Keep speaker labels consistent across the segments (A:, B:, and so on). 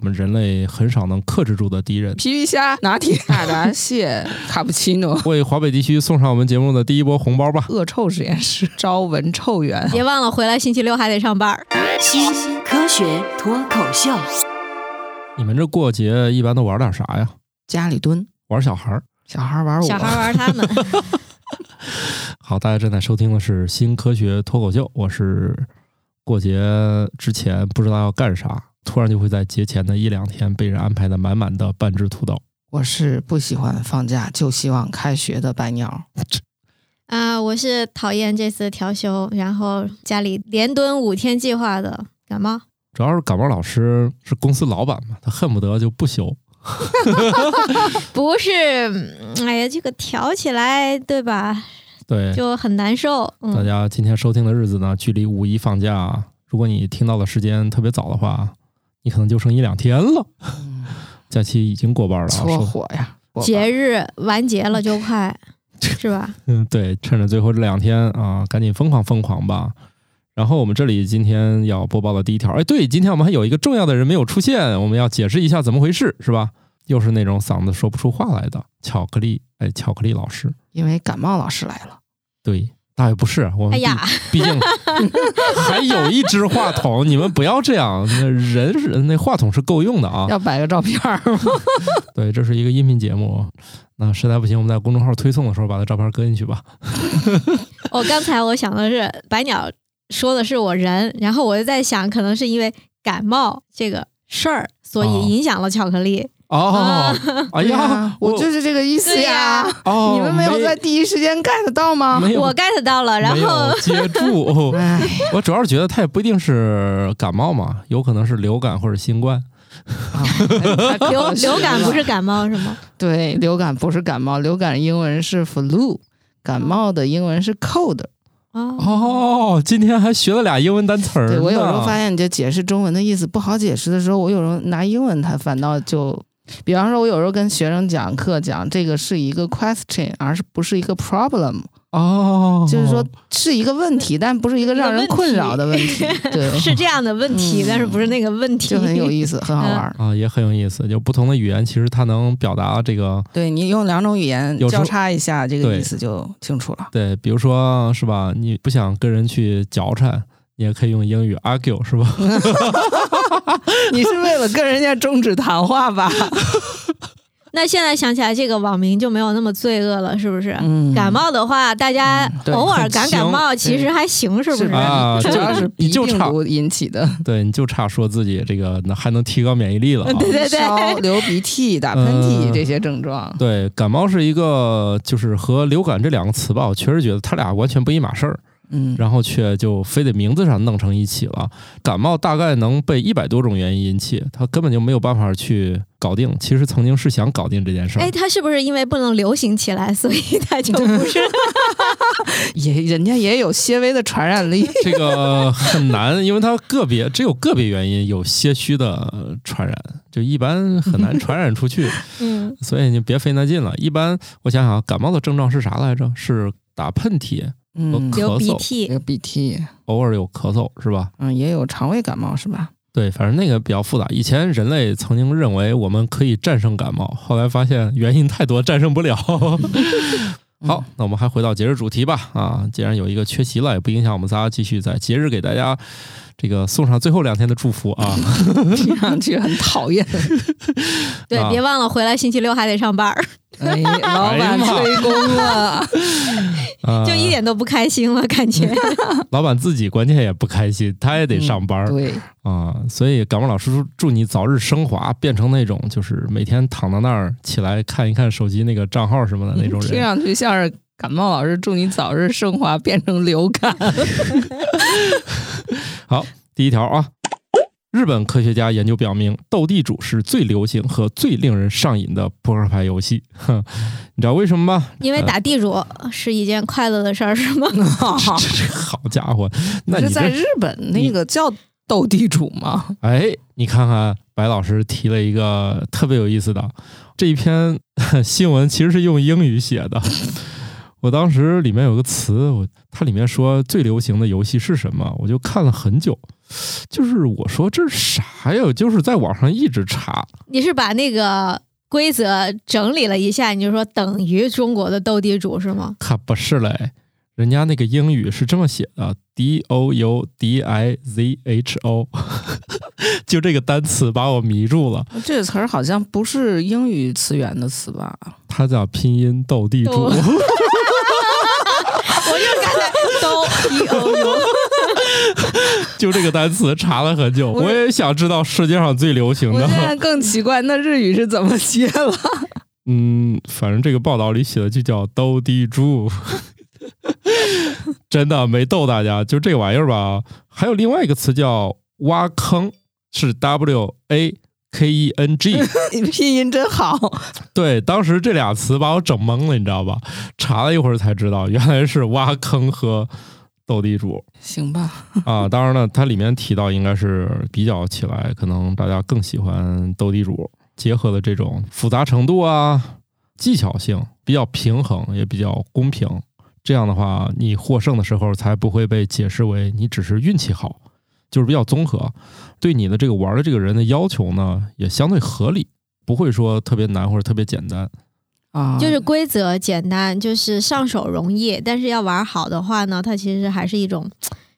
A: 我们人类很少能克制住的敌人。
B: 皮皮虾、拿铁、马达蟹、卡布奇诺、
A: 为华北地区送上我们节目的第一波红包吧！
B: 恶臭实验室、招蚊臭源。
C: 别忘了回来星期六还得上班儿。
D: 新科学脱口秀，
A: 你们这过节一般都玩点啥呀？
B: 家里蹲，
A: 玩小孩儿。
B: 小孩
A: 哦
B: 玩我，
C: 小孩玩他们，
A: 好，大家正在收听的是新科学脱口秀，我是过节之前不知道要干啥，突然就会在节前的一两天被人安排的满满的半只土豆。
B: 我是不喜欢放假，就希望开学的白鸟。
C: 啊、我是讨厌这次调休，然后家里连蹲五天计划的感冒。
A: 主要是感冒老师是公司老板嘛，他恨不得就不休。
C: 不是，嗯哎呀，这个调起来对吧，
A: 对，
C: 就很难受。
A: 大
C: 嗯，
A: 家今天收听的日子呢，距离五一放假，如果你听到的时间特别早的话，你可能就剩一两天了。
B: 嗯，
A: 假期已经过半了啊，
B: 搓
A: 收
B: 火呀！我
C: 节日完结了就 快，是吧？
A: 嗯，对，趁着最后这两天啊，赶紧疯狂疯狂吧。然后我们这里今天要播报的第一条，哎，对，今天我们还有一个重要的人没有出现，我们要解释一下怎么回事，是吧？又是那种嗓子说不出话来的巧克力，哎，巧克力老师，
B: 因为感冒老师来了，
A: 对，那也不是我们
C: 哎
A: 毕，
C: 呀，
A: 毕竟还有一只话筒，你们不要这样，那人是那话筒是够用的啊。
B: 要摆个照片儿吗？
A: 对，这是一个音频节目，那实在不行，我们在公众号推送的时候把他照片搁进去吧。
C: 我刚才我想的是白鸟说的是我人，然后我就在想，可能是因为感冒这个事儿，所
A: 哦
C: 以影响了巧克力。
A: 哦，哎
B: 对啊
A: 呀，
B: 我就是这个意思
C: 对呀
A: 哦，
B: 你们没有在第一时间 get 到吗？
A: 没有
C: 我 get 到了，然
A: 没
C: 后
A: 有接住、
B: 哎，
A: 我主要是觉得他也不一定是感冒嘛，有可能是流感或者新冠。
B: 啊太可
C: 流
B: 惜了
C: 流感不是感冒是吗？
B: 对，流感不是感冒，流感英文是 flu，感冒的英文是 cold。
C: 哦，
A: 哦，今天还学了俩英文单词儿。
B: 嗯对我有时候发，现，你就解释中文的意思不好解释的时候，我有时候拿英文，它反倒就，比方说，我有时候跟学生讲课讲这个是一个 question，而是不是一个 problem，、
A: 哦，
B: 就是说是一个问题，但不是一个让人困扰的问 题。对，
C: 是这样的问题，
B: 嗯
C: 但是不是那个问题？
B: 就很有意思，很好玩儿。
A: 啊，也很有意思，就不同的语言其实它能表达这个。
B: 对你用两种语言
A: 有时候
B: 交叉一下，这个
A: 对
B: 意思就清楚 了。
A: 对，比如说是吧，你不想跟人去矫缠，你也可以用英语 argue 是吧？
B: 你是为了跟人家终止谈话吧？
C: 那现在想起来，这个网名就没有那么罪恶了，是不是？
B: 嗯，
C: 感冒的话，大家
B: 对
C: 偶尔
A: 很
C: 感
A: 轻
C: 感冒其实
B: 对
C: 还行，是不
B: 是
C: 是？
A: 啊
B: 吧？主要是
A: 你
B: 鼻
A: 就
B: 病
A: 差
B: 毒引起的。
A: 对，你就差说自己这个那还能提高免疫力了、啊。
C: 对对对
B: 烧、流鼻涕、打喷嚏
A: 嗯
B: 这些症 状。
A: 对，感冒是一个，就是和流感这两个词吧，我确实觉得它俩完全不一码事儿，
B: 嗯，
A: 然后却就非得名字上弄成一起了。感冒大概能被一百多种原因引起，它根本就没有办法去搞定。其实曾经是想搞定这件事儿
C: 哎，，他是不是因为不能流行起来，所以他就不 是？
B: 也人家也有些微的传染 力。
A: 这个很难，因为它个别只有个别原因有些许的呃传染，就一般很难传染出去，
C: 嗯，
A: 所以你别费那劲了。一般我想想，感冒的症状是啥来着？是打喷嚏，
B: 嗯，
A: 咳
C: 流鼻
A: 嗽
C: 涕。
B: 有鼻涕，
A: 偶尔有咳嗽，是吧？
B: 嗯，也有肠胃感冒是吧？
A: 对，反正那个比较复杂。以前人类曾经认为我们可以战胜感冒，后来发现原因太多，战胜不了。
C: 嗯
A: 好，那我们还回到节日主题吧。啊，既然有一个缺席了，也不影响我们仨继续在节日给大家这个送上最后两天的祝福啊。
B: 听上去很讨 厌。
C: 对
A: 啊，
C: 别忘了回来星期六还得上班儿，
B: 哎，老
A: 哎呀
B: 板
A: 妈
B: 催工了，
A: 啊
C: 就一点都不开心了，感觉。
B: 嗯
A: 老板自己关键也不开心，他也
C: 嗯
A: 得上班儿
B: 对，
A: 啊、所以感冒老师祝祝你早日升华，变成那种就是每天躺到那儿起来看一看手机那个账号什么的
C: 嗯
A: 那种
B: 听
A: 人。
B: 上去像是感冒老师祝你早日升华，变成流感。
A: 第一条啊，日本科学家研究表明，斗地主是最流行和最令人上瘾的扑克牌游戏。 哼，你知道为什么吗？呃
C: 因为打地主是一件快乐的事儿，是 吗？
A: 好家伙， 那
B: 是
A: 你
B: 在
A: 这
B: 日本那个叫斗地主吗？
A: 哎，你看看白老师提了一个特别有意思的这一篇 新闻，其实是用英语写的。我当时里面有个词，我它里面说最流行的游戏是什么，我就看了很久，就是我说这是啥呀？就是在网上一直查，
C: 你是把那个规则整理了一下，你就说等于中国的斗地主是吗？
A: 可不是嘞，人家那个英语是这么写的：D O U D I Z H O，就这个单词把我迷住了。
B: 这个词儿好像不是英语词源的词吧？
A: 它叫拼音斗地主
C: 斗，我就刚才都 D O U，
A: 就这个单词查了很久，
B: 我
A: 我也想知道世界上最流行
B: 我现
A: 的。
B: 在更奇怪，那日语是怎么接了？
A: 嗯，反正这个报道里写的就叫斗地主。 真的没逗大家，就这玩意儿吧。还有另外一个词叫挖坑，是 W A K E N G。
B: 你拼音真好，
A: 对，当时这俩词把我整懵了，你知道吧？查了一会儿才知道，原来是挖坑和斗地主
B: 行吧？
A: 啊。当然了，它里面提到应该是比较起来，可能大家更喜欢斗地主，结合了这种复杂程度啊、技巧性，比较平衡，也比较公平。这样的话，你获胜的时候才不会被解释为你只是运气好，就是比较综合，对你的这个玩的这个人的要求呢也相对合理，不会说特别难或者特别简单。
B: 啊，
C: 就是规则简单，就是上手容易，但是要玩好的话呢，它其实还是一种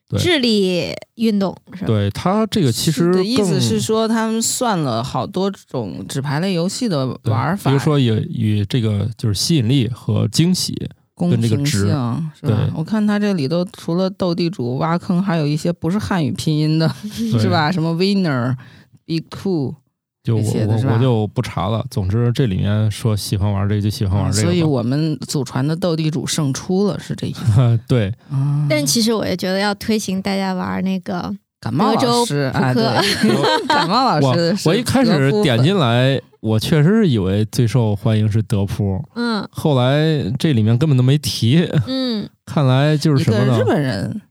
A: 对嗯
C: 智力运动，是吧？
A: 对他这个其实
B: 是的意思
A: 更
B: 是说，他们算了好多种纸牌类游戏的
A: 对
B: 玩法，
A: 比如说也与这个就是吸引力和惊喜，
B: 公
A: 跟这个
B: 平
A: 值
B: 性是
A: 对？
B: 吧我看他这里头除了斗地主、挖坑，还有一些不是汉语拼音的， 是吧？什么 winner、be cool，
A: 就
B: 这
A: 我
B: 些的
A: 我
B: 是吧
A: 我就不查了。总之这里面说喜欢玩这个就喜欢玩这个吧，
B: 啊所以我们祖传的斗地主胜出了，是这意思
A: 对
B: 啊。
C: 但其实我也觉得要推行大家玩那个，
B: 感冒
C: 德州
B: 老师
C: 扑
B: 啊，
C: 克
B: 对，感冒老
A: 我
B: 师是
A: 我一开
B: 德
A: 始
B: 扑
A: 点
B: 粉
A: 进来，我确实是以为最受欢迎是德扑，
C: 嗯
A: 后来这里面根本都没提，
C: 嗯，
A: 看来就是
B: 一
A: 什么
B: 个
A: 呢
B: 日？本人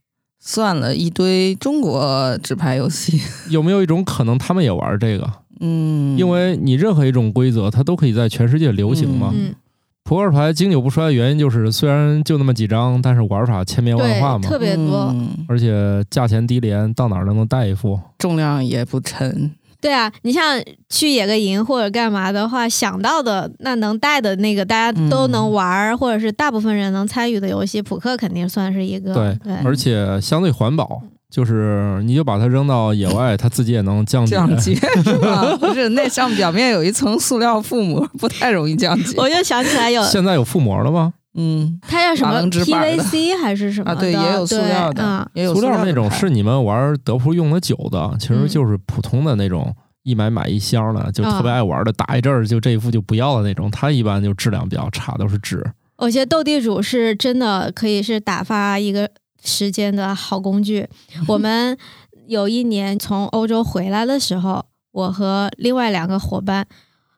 B: 算了一堆中国纸牌 游戏，
A: 有没有一种可能他们也玩这个？
B: 嗯，
A: 因为你任何一种规则，它都可以在全世界流行嘛。
C: 嗯
A: 扑克牌经久不衰的原因就是，虽然就那么几张，但是玩法千变万
C: 对
A: 化，嘛，
C: 特别多。
B: 嗯
A: 而且价钱低廉，到哪儿都能带一副。
B: 重量也不沉，
C: 对啊，你像去野个营或者干嘛的话，想到的那能带的那个大家都能玩
A: 嗯
C: 儿，或者是大部分人能参与的游戏，扑克肯定算是一个。
A: 对
C: 对，
A: 而且相对环保，就是你就把它扔到野外，它自己也能降解。
B: 降解 是吧？不是，那上表面有一层塑料覆膜， 不太容易降解。
C: 我就想起来有
A: 现在有覆膜了吗？
B: 嗯
C: 它叫什
B: 瓦
C: 么
B: 楞纸板的
C: PVC 还是什么
B: 啊，
C: 的？
B: 对，也有塑料
C: 对嗯
B: 的，也有
A: 塑料
B: 的
A: 那种
B: 牌
A: 是你们玩德扑用的久的，其实就是普通的那种，一买买一箱的，就特别爱玩的，打一阵儿就这一副就不要了那种。它一般就质量比较差，都是纸。
C: 我觉得斗地主是真的可以是打发一个时间的好 工具。我们有一年从欧洲回来的时候，我和另外两个伙伴。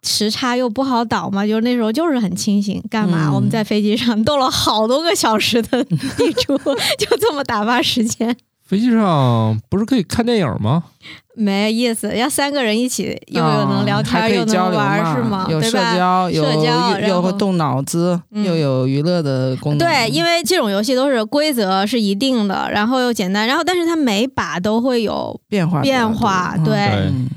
C: 时差又不好倒嘛，就是那时候就是很清醒，干嘛？
B: 嗯
C: 我们在飞机上斗了好多个小时的地 主，就这么打发时间，
A: 飞机上不是可以看电影吗？
C: 没意思。要三个人一起，又有能聊
B: 嗯
C: 天，
B: 还可
C: 又
B: 以交
C: 能
B: 流
C: 玩
B: 嘛
C: 儿，是吗？
B: 有
C: 对
B: 社
C: 吧？
B: 交，有
C: 社交然
B: 又
C: 后
B: 会动脑子，
C: 嗯
B: 又有娱乐的功能。
C: 对，因为这种游戏都是规则是一定的，然后又简单，然后但是它每把都会有，
B: 变化比较
C: 变化
B: 多嗯
C: 对
B: 嗯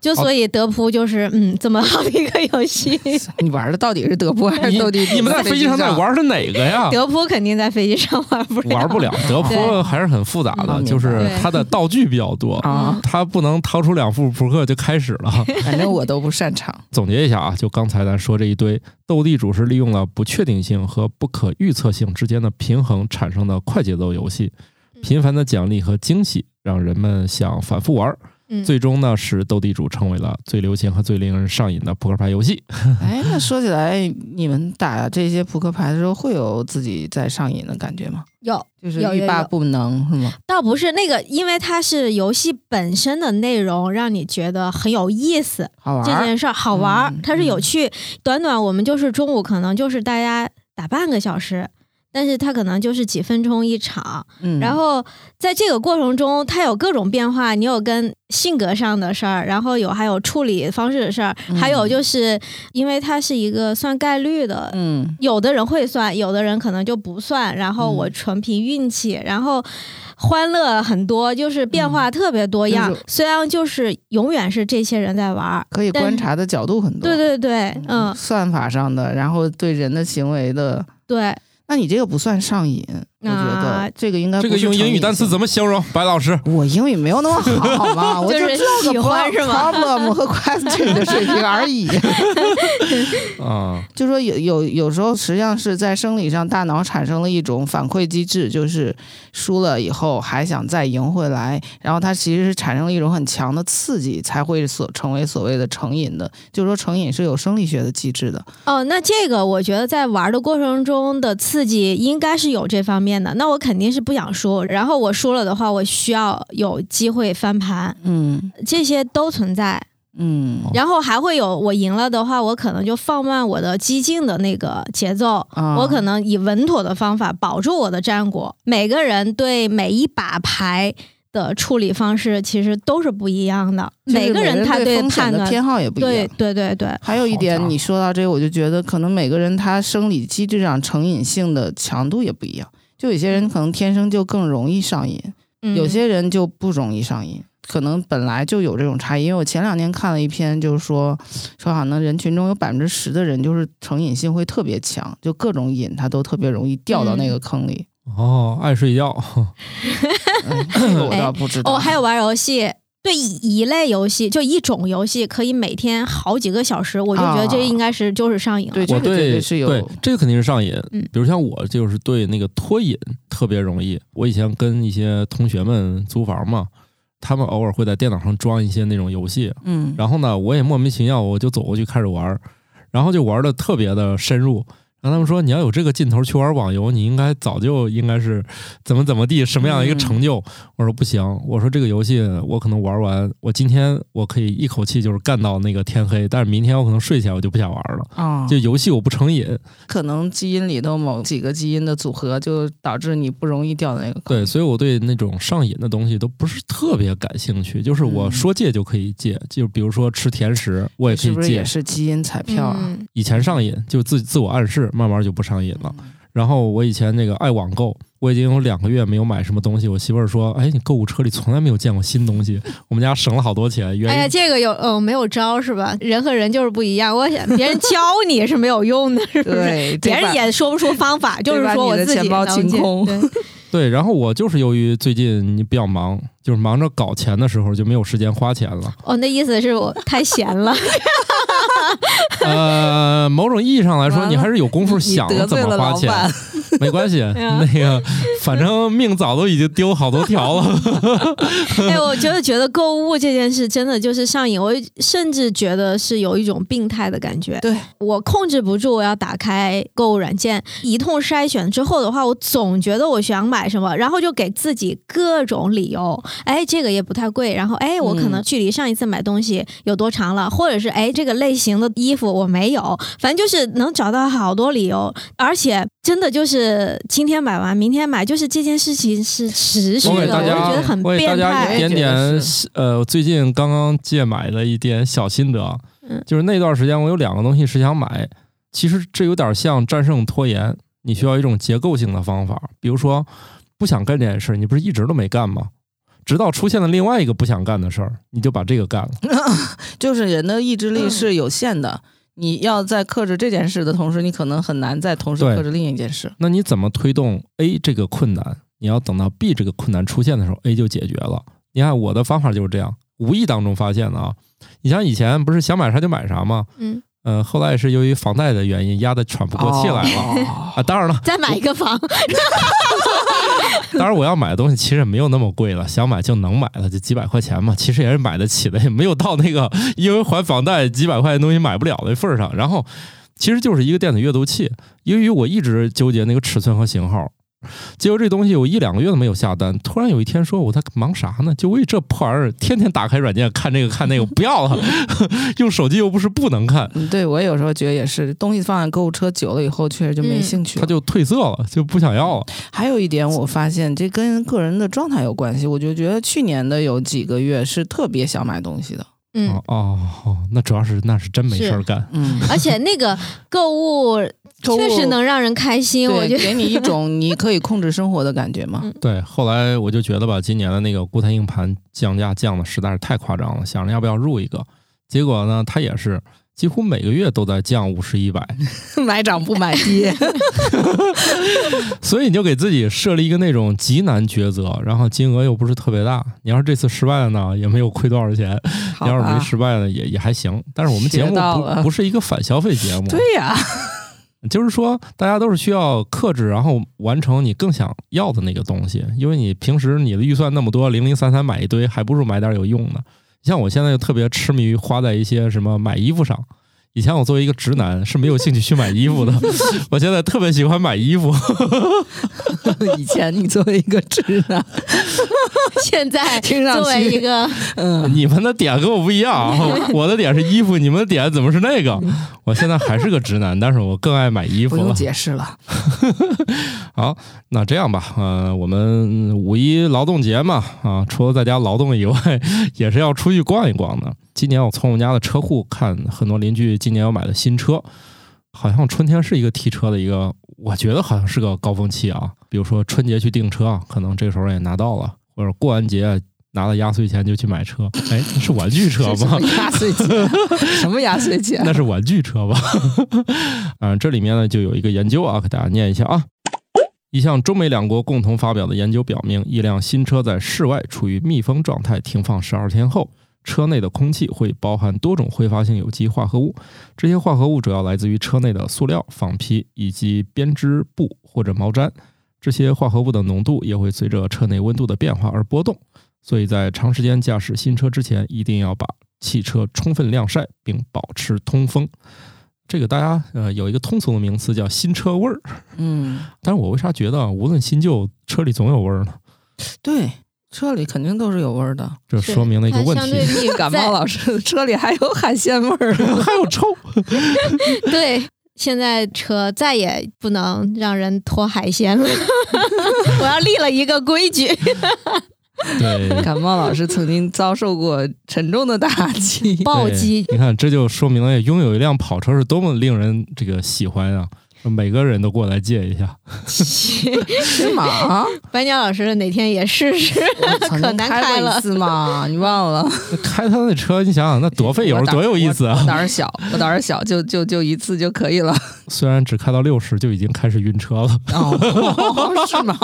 C: 就所以德扑就是嗯这么好的一个游 戏。
B: 你玩的到底是德扑还是
A: 你
B: 斗地主？
A: 你们在飞机上在玩的哪个呀？
C: 德扑肯定在飞机上玩不 了，
A: 玩不了，德扑
C: 对
A: 还是很复杂
B: 嗯
A: 的，
B: 明白
A: 就是它的道具比较多，
B: 啊？
A: 它不能掏出两副扑克就开始了。
B: 反正我都不擅长。
A: 总结一下啊，就刚才咱说这一堆，斗地主是利用了不确定性和不可预测性之间的平衡产生的快节奏游戏，
B: 嗯
A: 频繁的奖励和惊喜让人们想反复玩儿，
C: 嗯
A: 最终呢使斗地主成为了最流行和最令人上瘾的扑克牌游戏。
B: 哎，那说起来，你们打这些扑克牌的时候，会有自己在上瘾的感觉吗？
C: 有
B: 就是
C: 有
B: 欲
C: 有
B: 罢
C: 有
B: 不能是吗？
C: 倒不是那个，因为它是游戏本身的内容，让你觉得很有意思，
B: 好玩
C: 这
B: 儿。
C: 件事儿好玩儿
B: 嗯，
C: 它是有趣。短短我们就是中午可能就是大家打半个小时，但是它可能就是几分钟一场。
B: 嗯，
C: 然后在这个过程中，它有各种变化，你有跟性格上的事儿，然后有还有处理方式的事儿，
B: 嗯
C: 还有就是因为它是一个算概率的，
B: 嗯
C: 有的人会算，有的人可能就不算。然后我
B: 嗯
C: 纯凭运气，然后欢乐很多，就是变化特别多
B: 嗯
C: 样。
B: 就是
C: 虽然就是永远是这些人在玩儿，
B: 可以
C: 但
B: 观
C: 是
B: 察的角度很多，
C: 对对对，嗯，
B: 算法上的，然后对人的行为的。
C: 对，
B: 那你这个不算上瘾，我觉
C: 啊
B: 得这个应该
A: 这个用英语单词
B: 么？
A: 怎么形容？白老 师，
B: 我英语没有那么好好 吗？我
C: 就
B: 知
C: 是
B: 道
C: 喜
B: 个
C: 欢是吗
B: problem 和 question 的水平而已。
A: 啊，
B: 就说有有有时候，实际上是在生理上，大脑产生了一种反馈机制，就是输了以后还想再赢回来，然后它其实是产生了一种很强的刺激，才会所成为所谓的成瘾的。就是说，成瘾是有生理学的机制的。
C: 哦，那这个我觉得在玩的过程中的刺激应该是有这方面的。那我肯定是不想输，然后我输了的话，我需要有机会翻盘，
B: 嗯
C: 这些都存在。
B: 嗯
C: 然后还会有我赢了的话，我可能就放慢我的激进的那个节奏。
B: 啊，
C: 我可能以稳妥的方法保住我的战果。每个人对每一把牌的处理方式其实都是不一样的，
B: 就是
C: 每个人他
B: 对风险
C: 判
B: 的
C: 断，
B: 偏好也不一
C: 对
B: 样。
C: 对对对，
B: 还有一
A: 好
B: 点，
A: 家
B: 你说到这个，我就觉得可能每个人他生理机制上成瘾性的强度也不一样。就有些人可能天生就更容易上瘾，
C: 嗯
B: 有些人就不容易上瘾，可能本来就有这种差异。因为我前两天看了一篇，就是说说好像人群中有百分之十的人就是成瘾性会特别强，就各种瘾他都特别容易掉到那
A: 嗯
B: 个 坑里。
A: 哦，爱睡觉，
B: 嗯，这个我倒不知道。
A: 哎
C: 哦，还有玩游戏。对一一类游戏，就一种游戏，可以每天好几个小时，我就觉得这
B: 啊
C: 应该是就是上瘾了。
B: 对，这
A: 我
B: 个绝
A: 对
B: 是有
A: 对这个肯定是上瘾。
C: 嗯
A: 比如像我就是对那个脱瘾特别容易。我以前跟一些同学们租房嘛，他们偶尔会在电脑上装一些那种游戏，
B: 嗯
A: 然后呢，我也莫名其妙我就走过去开始玩儿，然后就玩的特别的深入。然后他们说，你要有这个劲头去玩网游，你应该早就应该是怎么怎么地，什么样的一个成就？
B: 嗯
A: 我说不行，我说这个游戏我可能玩完，我今天我可以一口气就是干到那个天黑，但是明天我可能睡起来我就不想玩了。
B: 啊，
A: 就游戏我不成瘾，
B: 可能基因里头某几个基因的组合，就导致你不容易掉那个坑。
A: 对，所以我对那种上瘾的东西都不是特别感兴趣。就是我
B: 嗯
A: 说戒就可以戒，就比如说吃甜食，我也可
B: 是
A: 以
B: 不是
A: 戒
B: 也。是基因彩票啊？
C: 嗯
A: 以前上瘾就自自我暗示，慢慢就不上瘾了。
B: 嗯
A: 然后我以前那个爱网购，我已经有两个月没有买什么东西。我媳妇儿说：“哎，你购物车里从来没有见过新东西，我们家省了好多钱。”原
C: 哎呀，
A: 因
C: 这个有呃没有招是吧？人和人就是不一样，我想 别人教你是没有用的，是不 是？
B: 对，
C: 别人
B: 也
C: 也说不出方法，就
B: 对
C: 是
B: 吧
C: 说我
B: 你的
C: 自己
B: 钱包
C: 能
B: 清
C: 进
B: 空
C: 对，
A: 对，然后我就是由于最近你比较忙，就是忙着搞钱的时候就没有时间花钱 了。
C: 哦，那意思是我太闲了，
A: 呃，某种意义上来说，
B: 完了
A: 你还是有功夫想
B: 得
A: 怎
B: 罪
A: 么
B: 了
A: 花
B: 老
A: 钱，
B: 板，
A: 没关系。那个， 反正命早都已经丢好多条了。
C: 哎，我觉得觉得购物这件事真的就是上瘾，我甚至觉得是有一种病态的感觉。
B: 对，
C: 我控制不住，我要打开购物软件一通筛选之后的话，我总觉得我想买什么，然后就给自己各种理由。哎，这个也不太贵，然后哎，我可能
A: 嗯
C: 距离上一次买东西有多长了，或者是哎，这个类型的衣服我没有，反正就是能找到好多理由，而且真的就是今天买完，明天买，就是这件事情是持续
A: 我给
C: 的，
A: 大
C: 我就
A: 家，
C: 觉得很
A: 我给大
C: 变
A: 家一
C: 态。
A: 点
B: 我
A: 点
B: 也觉得是
A: 呃，最近刚刚借买的一点小心得，啊
C: 嗯
A: 就是那段时间我有两个东西是想买，其实这有点像战胜拖延，你需要一种结构性的方法，比如说不想干这件事儿，你不是一直都没干吗？直到出现了另外一个不想干的事儿，你就把这个干了。
B: 就是人的意志
C: 嗯
B: 力是有限的。你要在克制这件事的同时，你可能很难在同时
A: 对
B: 克制另一件事。
A: 那你怎么推动 A 这个困难？你要等到 B 这个困难出现的时候，A 就解决了。你看我的方法就是这样，无意当中发现的啊。你像以前不是想买啥就买啥吗？
C: 嗯，
A: 呃，后来也是由于房贷的原因，压得喘不过气来了、
B: 了，
A: 啊。当然了，
C: 再买一个房，
A: 当然我要买的东西其实也没有那么贵了，想买就能买了，就几百块钱嘛，其实也是买得起的，也没有到那个 因为还房贷几百块钱东西买不了的份儿上。然后，其实就是一个电子阅读器，由于我一直纠结那个尺寸和型号，结果这东西我一两个月都没有下单，突然有一天说我在忙啥呢？就为这破玩意儿，天天打开软件看这个看那个，不 要了，用手机又不是不能看，
B: 嗯，对我有时候觉得也是，东西放在购物车久了以后，确实就没
C: 嗯
B: 兴趣了。
A: 它就褪色了，就不想要了。
B: 还有一点，我发现这跟个人的状态有关系。我就觉得去年的有几个月是特别想买东西的，
C: 嗯
A: 哦，哦哦，那主要是那是真没事儿干。
B: 嗯，
C: 而且那个 购物
B: 购物
C: 确实能让人开心，我觉
B: 对，
C: 得。
B: 给你一种你可以控制生活的感觉 嘛。
A: 对，后来我就觉得吧，今年的那个固态硬盘降价降的实在是太夸张了，想着要不要入一个，结果呢，它也是几乎每个月都在降五十一 百，
B: 买涨不买 跌，
A: 所以你就给自己设立一个那种极难抉择，然后金额又不是特别大。你要是这次失败了呢，也没有亏多少钱；
B: 好
A: 你要是没
B: 吧？
A: 失败呢，也也还行。但是我们节目
B: 学到了
A: 不不是一个反消费节目，啊
B: 对呀、
A: 就是说大家都是需要克制，然后完成你更想要的那个东西。因为你平时你的预算那么多，零零散散买一堆，还不如买点有用的。像我现在就特别痴迷于花在一些什么买衣服上。以前我作为一个直男是没有兴趣去买衣服的， 我现在特别喜欢买衣服。
B: 以前你作为一个直男，
C: 现在
B: 听上去
C: 哎作为一个
B: 嗯，
A: 你们的点跟我不一样啊，我的点是衣服，你们的点怎么是那个？我现在还是个直男，但是我更爱买衣服
B: 不用
A: 了。
B: 解释了。
A: 好，那这样吧，呃，我们五一劳动节嘛，啊，除了在家劳动以外，也是要出去逛一逛的。今年我从我们家的车库看，很多邻居今年要买的新车，好像春天是一个提车的一个，我觉得好像是个高峰期啊。比如说春节去订车啊，可能这时候也拿到了，或者过完节拿了压岁钱就去买车。哎，是玩具车
B: 这
A: 吗？
B: 什么压岁 钱？什么压岁钱？
A: 那是玩具车吧？ 嗯、这里面呢就有一个研究啊，给大家念一下啊。一项中美两国共同发表的研究表明，一辆新车在室外处于密封状态停放十二天后，车内的空气会包含多种挥发性有机化合物，这些化合物主要来自于车内的塑料、仿皮以及编织布或者毛毡。这些化合物的浓度也会随着车内温度的变化而波动，所以在长时间驾驶新车之前，一定要把汽车充分晾晒并保持通风。这个大家呃有一个通俗的名词叫新车味儿，
B: 嗯，
A: 但是我为啥觉得啊无论新旧车里总有味儿呢？
B: 对，车里肯定都是有味儿的。
A: 这
C: 是
A: 说明了一个
C: 它
A: 问
C: 相对
A: 题，
C: 比
B: 感冒老师的车里还有海鲜味儿。 啊
A: 还有臭。
C: 对，现在车再也不能让人拖海鲜了， 我要立了一个规矩。
A: 对。
B: 感冒老师曾经遭受过沉重的打击。
C: 暴击
A: 对你看，这就说明了拥有一辆跑车是多么令人这个喜欢啊！每个人都过来借一下，
B: 是吗？ 啊，
C: 白鸟老师哪天也试试，
B: 曾
C: 可
B: 经
C: 难
B: 开
C: 开
B: 过一
C: 了。
B: 次嘛，你忘了？
A: 那开他那车，你想想那多费油，
B: 我胆
A: 多有意思
B: 我
A: 啊！
B: 胆儿小，我胆儿小，就就就一次就可以了。
A: 虽然只开到六十就已经开始晕车了，
B: 哦，是吗？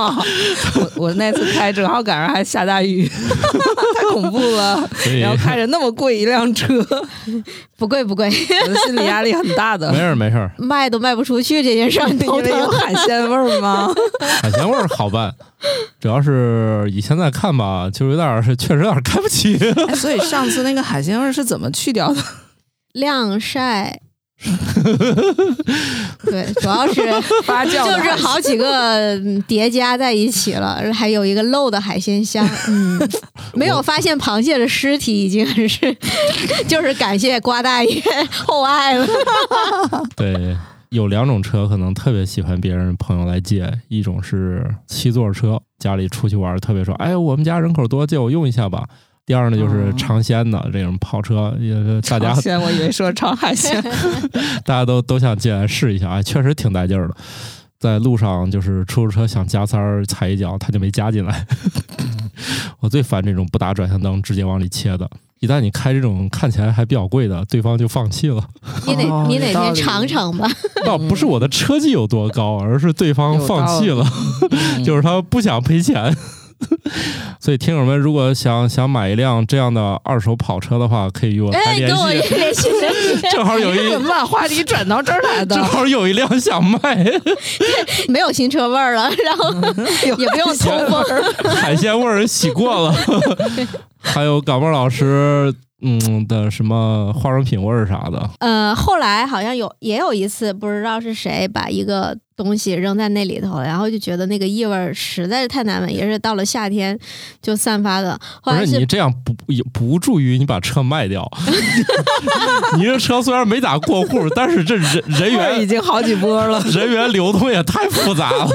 B: 我我那次开正好赶上还下大雨， 太恐怖了。
A: 所以
B: 然后开着那么贵一辆车，我
C: 不贵不贵，
B: 的心理压力很大的
A: 没。事儿没事儿，
C: 卖都卖不出去这件事儿，
B: 因
C: 你头
B: 为有
C: 疼。
B: 海鲜味儿吗？
A: 海鲜味儿好办，主要是以现在看吧，就有点儿确实有点儿开不起。
B: 哎所以上次那个海鲜味儿是怎么去掉的？
C: 晾晒， 对，主要是
B: 发酵的
C: 就是好几个嗯叠加在一起了，还有一个漏的海鲜香。嗯， 没有发现螃蟹的尸体，已经是 就是感谢瓜大爷厚爱了。
A: 对，有两种车可能特别喜欢别人朋友来借，一种是七座车，家里出去玩儿特别说，哎，我们家人口多，借我用一下吧。第二呢，就是
B: 嗯
A: 尝鲜的这种跑车，也是大家
B: 海鲜，我以为说尝海鲜。
A: 大家都都想进来试一下，哎，确实挺带劲儿的。在路上就是出租车想加塞儿踩一脚，他就没加进来。 我最烦这种不打转向灯直接往里切的。一旦你开这种看起来还比较贵的，对方就放弃了。
C: 你哪、
B: 哦
C: 你
B: 有
C: 哪
B: 道
C: 天
B: 理
C: 尝尝吧？
A: 倒不是我的车技有多高，
C: 嗯
A: 而是对方放弃了， 就是他不想赔钱。所以听友们如果想想买一辆这样的二手跑车的话，可以与我来
C: 哎，
A: 联
C: 跟我
A: 系。
C: 联系联系
A: 正 好有一
B: 怎么把话题转到这儿来的
A: 正？好有一辆想卖。
C: 没有新车味儿了，然后也不用通风。
A: 海鲜味儿洗过 了，还有感冒老师嗯的什么化妆品味儿啥的，
C: 呃，后来好像有也有一次，不知道是谁把一个东西扔在那里头，然后就觉得那个异味儿实在是太难闻，也是到了夏天就散发的。后
A: 不
C: 来
A: 是
C: 是
A: 你这样不也不助于你把车卖 掉。你这车虽然没咋过户，但是这 人人
B: 味儿已
A: 员
B: 经好几波 了。
A: 人员流动也太复杂 了。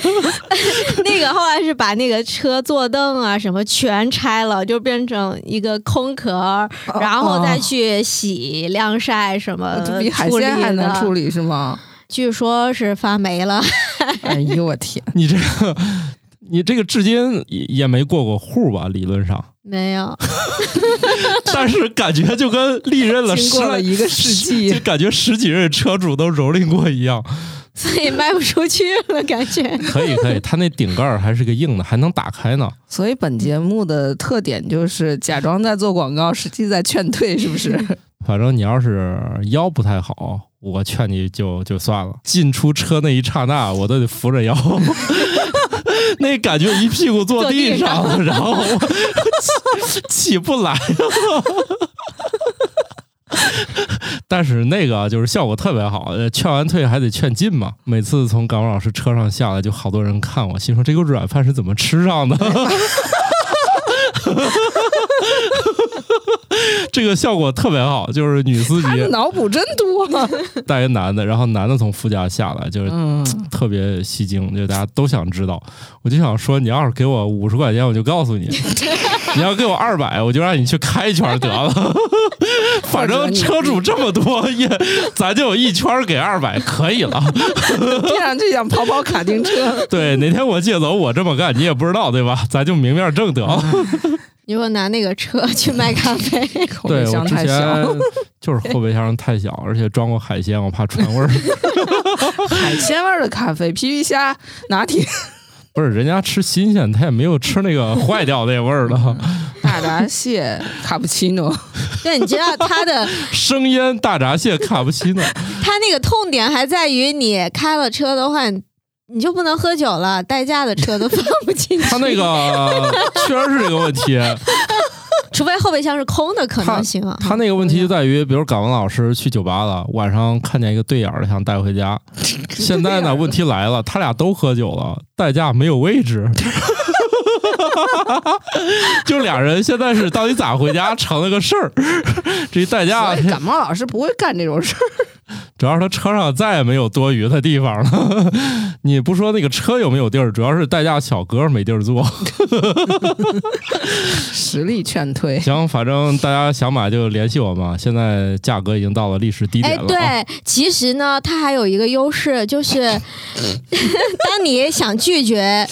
C: 那个后来是把那个车座凳啊什么全拆了，就变成一个空壳儿，然后再去洗、晾晒什么
B: 哦，，比海鲜还能处
C: 理的。
B: 理是 吗？
C: 据说是发霉了，
B: 哎呦我天！
A: 你这个你这个至今也也没过过户吧？理论 上，
C: 没有。
A: 但是感觉就跟历任了
B: 经
A: 十
B: 过了
A: 来
B: 一个世
A: 就
B: 纪，
A: 感觉十几任车主都蹂躏过一样。
C: 所以卖不出去了，感觉。
A: 可以可以，它那顶盖儿还是个硬的，还能打开呢。
B: 所以本节目的特点就是假装在做广告，实际在劝退，是不是？
A: 反正你要是腰不太好，我劝你就就算了。进出车那一刹那，我都得扶着腰， 那感觉一屁股坐地上，然后我 起起不来了。但是那个就是效果特别好，呃劝完退还得劝进嘛。每次从港文老师车上下来，就好多人看我，心说这个软饭是怎么吃上的？这个效果特别好，就是女司机
B: 他的脑补真多。
A: 带一男的，然后男的从副驾下来，就是
B: 嗯，
A: 特别吸睛，就大家都想知道。我就想说，你要是给我五十块钱，我就告 诉你；你要给我二百，我就让你去开一圈得 了。反正车主这么多，也咱就一圈给二百，可以了。
B: 听上去想跑跑卡丁车。
A: 对，哪天我借走，我这么干，你也不知道对吧？咱就明面正得 了。
C: 你说拿那个车去卖咖啡，
B: 口
A: 对
B: 味
A: 我
B: 箱
A: 之
B: 太
A: 前
B: 小，
A: 就是后备箱太 小，而且装过海鲜，我怕串味儿。
B: 海鲜味儿的咖啡，皮皮虾、拿铁、
A: 不是，人家吃新鲜，他也没有吃那个坏掉那味儿了。
B: 大闸蟹、卡布奇 诺，
C: 对，你知道它的
A: 生腌大闸蟹卡布奇诺，
C: 它那个痛点还在于你开了车的话，你你就不能喝酒了，代驾的车都放不进 去。
A: 他那 个确实是这个问题。
C: 除非后备箱是空的，可能行啊。
A: 他那个问题就在于，比如港文老师去酒吧了，晚上看见一个对眼儿的，想带回家。现在呢，问题来了，他俩都喝酒了，代驾没有位置。 就俩人现在是到底咋回家成了个事儿，这代驾
B: 所哎以感冒老师不会干这种事儿。
A: 主要是他车上再也没有多余的地方了。 你不说那个车有没有地儿，主要是代驾小哥没地儿坐。
B: 实力劝退，
A: 行，反正大家想买就联系我嘛。现在价格已经到了历史低
C: 哎
A: 点，了、啊。
C: 对，其实呢，它还有一个优势，就是 当你想拒绝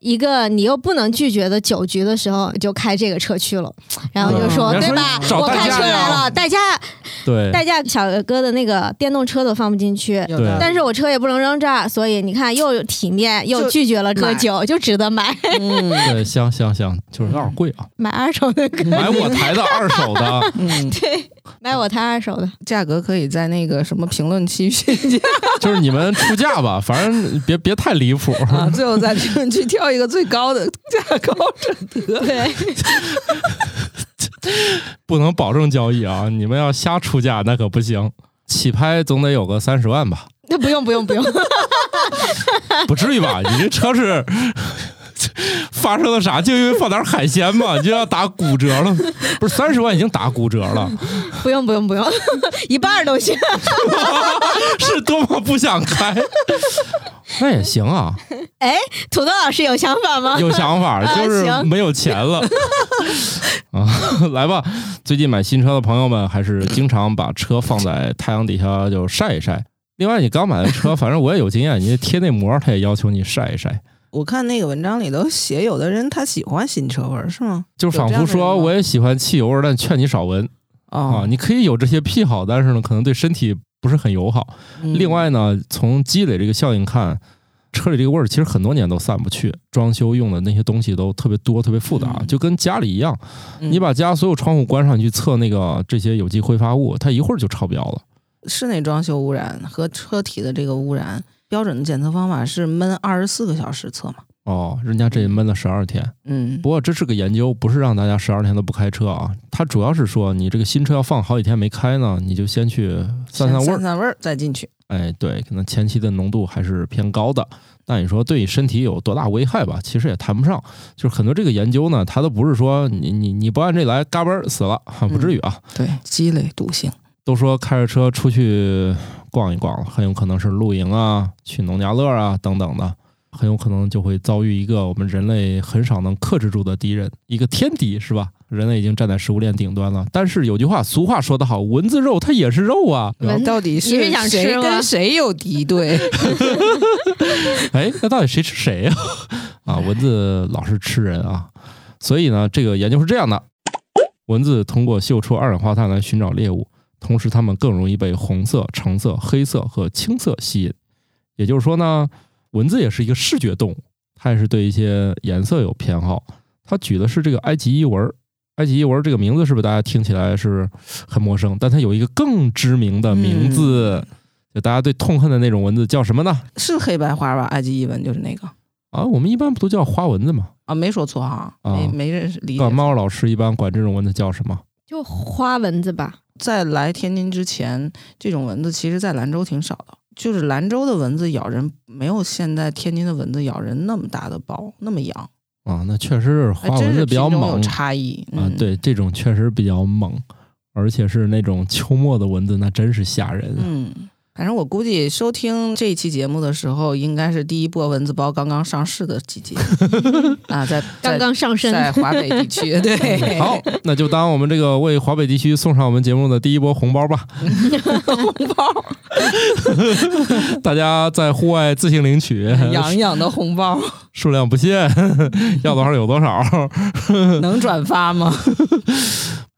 C: 一个你又不能拒绝的酒局的时候，你就开这个车去了，然后就说，
A: 嗯
C: 对吧
A: 人家说？找
C: 我
A: 代
C: 开
A: 驾
C: 车来
A: 呀
C: 了，代驾
A: 对
C: 代驾小哥的那个电动车都放不进去，
B: 有
A: 对
B: 的
C: 但是我车也不能扔这儿，所以你看又体面又
B: 就
C: 拒绝了喝
B: 买
C: 酒，就值得买
B: 嗯
A: 对，行行行，就是有点贵啊。
C: 买二手的，
A: 买我台的二手的，
B: 嗯，
C: 对，买我台二手的。
B: 价格可以在那个什么评论区询价
A: 就是你们出价吧，反正别别太离谱。
B: 啊，最后在评论区挑一个最高的价高者得。
C: 对，
A: 不能保证交易啊！你们要瞎出价那可不行，起拍总得有个三十万吧，
C: 那不用不用不用，
A: 不至于吧？你这车是发生了啥？就因为放点海鲜嘛，你就要打骨折了？不是三十万已经打骨折了，
C: 不用不用不用， 一半儿都行。
A: 是多么不想开？那也行啊，
C: 哎，土豆老师有想法吗？
A: 有想法，
C: 啊
A: 就是
C: 行
A: 没有钱了啊！ 来吧，最近买新车的朋友们，还是经常把车放在太阳底下就晒一晒。另外，你刚买的车，反正我也有经验，你贴那膜，它也要求你晒一晒，
B: 我看那个文章里头写，有的人他喜欢新车味儿，是吗？
A: 就
B: 有
A: 仿佛
B: 这样的
A: 说
B: 人吗
A: 我也喜欢汽油味儿，但劝你少闻啊。
B: 哦，
A: 你可以有这些癖好，但是呢，可能对身体不是很友好。
B: 嗯
A: 另外呢，从积累这个效应看，车里这个味儿其实很多年都散不去，装修用的那些东西都特别多、特别复杂，
B: 嗯
A: 就跟家里一样，
B: 嗯
A: 你把家所有窗户关上，你去测那个这些有机挥发物，它一会儿就超标了。
B: 室内装修污染和车体的这个污染标准的检测方法是闷二十四个小时测嘛？
A: 哦，人家这闷了十二天，
B: 嗯，
A: 不过这是个研究，不是让大家十二天都不开车啊。它主要是说，你这个新车要放好几天没开呢，你就先去散散
B: 先
A: 味儿
B: 散，味儿再进去。
A: 哎，对，可能前期的浓度还是偏高的。但你说对身体有多大危害吧？其实也谈不上。就是很多这个研究呢，它都不是说你你你不按这来，嘎嘣儿死了，哈不至于
C: 嗯
A: 啊。
B: 对，积累毒性。
A: 都说开着车出去逛一逛，很有可能是露营啊、去农家乐啊等等的，很有可能就会遭遇一个我们人类很少能克制住的敌人，一个天敌是吧？人类已经站在食物链顶端了，但是有句话，俗话说得好，蚊子肉它也是肉啊。
C: 蚊子
B: 哦到底
C: 嗯你是想吃
B: 谁
C: 吗
B: 跟谁有敌对？
A: 哎，那到底谁吃谁呀、 啊？蚊子老是吃人啊，所以呢，这个研究是这样的：蚊子通过嗅出二氧化碳来寻找猎物，同时它们更容易被红色、橙色、黑色和青色吸引。也就是说呢，蚊子也是一个视觉动物，它也是对一些颜色有偏好。它举的是这个埃及伊蚊儿。埃及伊蚊儿这个名字是不是大家听起来是很陌生？但它有一个更知名的名字，就大家最痛恨的那种蚊子叫什么呢？
B: 是黑白花吧？埃及译文就是那个
A: 啊，我们一般不都叫花蚊子吗？
B: 啊，没说错哈，
A: 啊
B: 没没认识理解
A: 感。冒老师一般管这种蚊子叫什么？
C: 就花蚊子吧，
B: 在来天津之前，这种蚊子其实在兰州挺少的，就是兰州的蚊子咬人没有现在天津的蚊子咬人那么大的包，那么痒，
A: 啊，那确实是
B: 还
A: 花
B: 真
A: 蚊
B: 是
A: 子比
B: 品
A: 较
B: 种有
A: 猛
B: 差异
A: 啊，
B: 嗯，
A: 对，这种确实比较猛，而且是那种秋末的蚊子，那真是吓人啊。
B: 嗯，反正我估计收听这一期节目的时候，应该是第一波蚊子包刚刚上市的 季节啊，在
C: 刚刚上
B: 在
C: 身。
B: 在华北地 区，对，
A: 好，那就当我们这个为华北地区送上我们节目的第一波红包吧！
B: 红包，
A: 大家在户外自行领取，
B: 痒痒的红包
A: 数量不限， 要多少有多少，
B: 能转发 吗？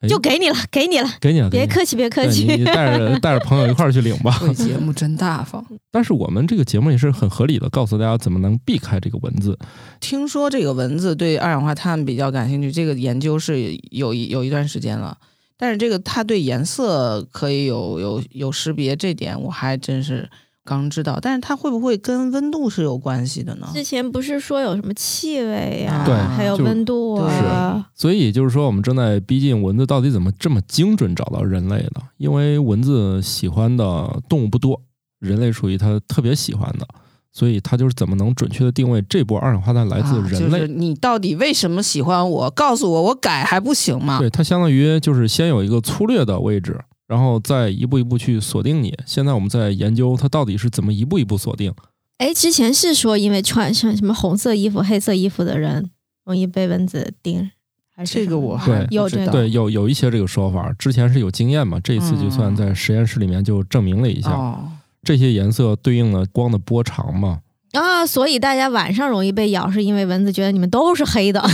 C: 哎就给你了，给你了，
A: 给你了，啊给
C: 别
A: 你了
C: 客气，别客
A: 对你
C: 气
A: 你。带着带着朋友一块儿去领吧。
B: 这节目真大方。
A: 但是我们这个节目也是很合理的，告诉大家怎么能避开这个蚊子。
B: 听说这个蚊子对二氧化碳比较感兴趣，这个研究是有一有一段时间了。但是这个它对颜色可以有有有识别，这点我还真是刚知道。但是它会不会跟温度是有关系的呢？
C: 之前不是说有什么气味呀、
B: 啊
A: 对
C: 还有
A: 就
C: 温度啊，
A: 所以就是说，我们正在逼近蚊子到底怎么这么精准找到人类呢？因为蚊子喜欢的动物不多，人类属于它特别喜欢的，所以它就是怎么能准确的定位这波二氧化碳来自人
B: 啊
A: 类？
B: 就是、你到底为什么喜欢我？告诉我，我改还不行吗？
A: 对，它相当于就是先有一个粗略的位置，然后再一步一步去锁定你。现在我们在研究它到底是怎么一步一步锁定。
C: 哎，之前是说因为穿上什么红色衣服、黑色衣服的人容易被蚊子叮，还是
B: 这
C: 什
B: 个
C: 么
B: 我还
A: 对
B: 不
C: 有
B: 知
C: 这
B: 道
A: 对，有有一些这个说法，之前是有经验嘛，这一次就算在实验室里面就证明了一下，
B: 哦，
A: 这些颜色对应了光的波长嘛。
C: 啊，所以大家晚上容易被咬，是因为蚊子觉得你们都是黑的，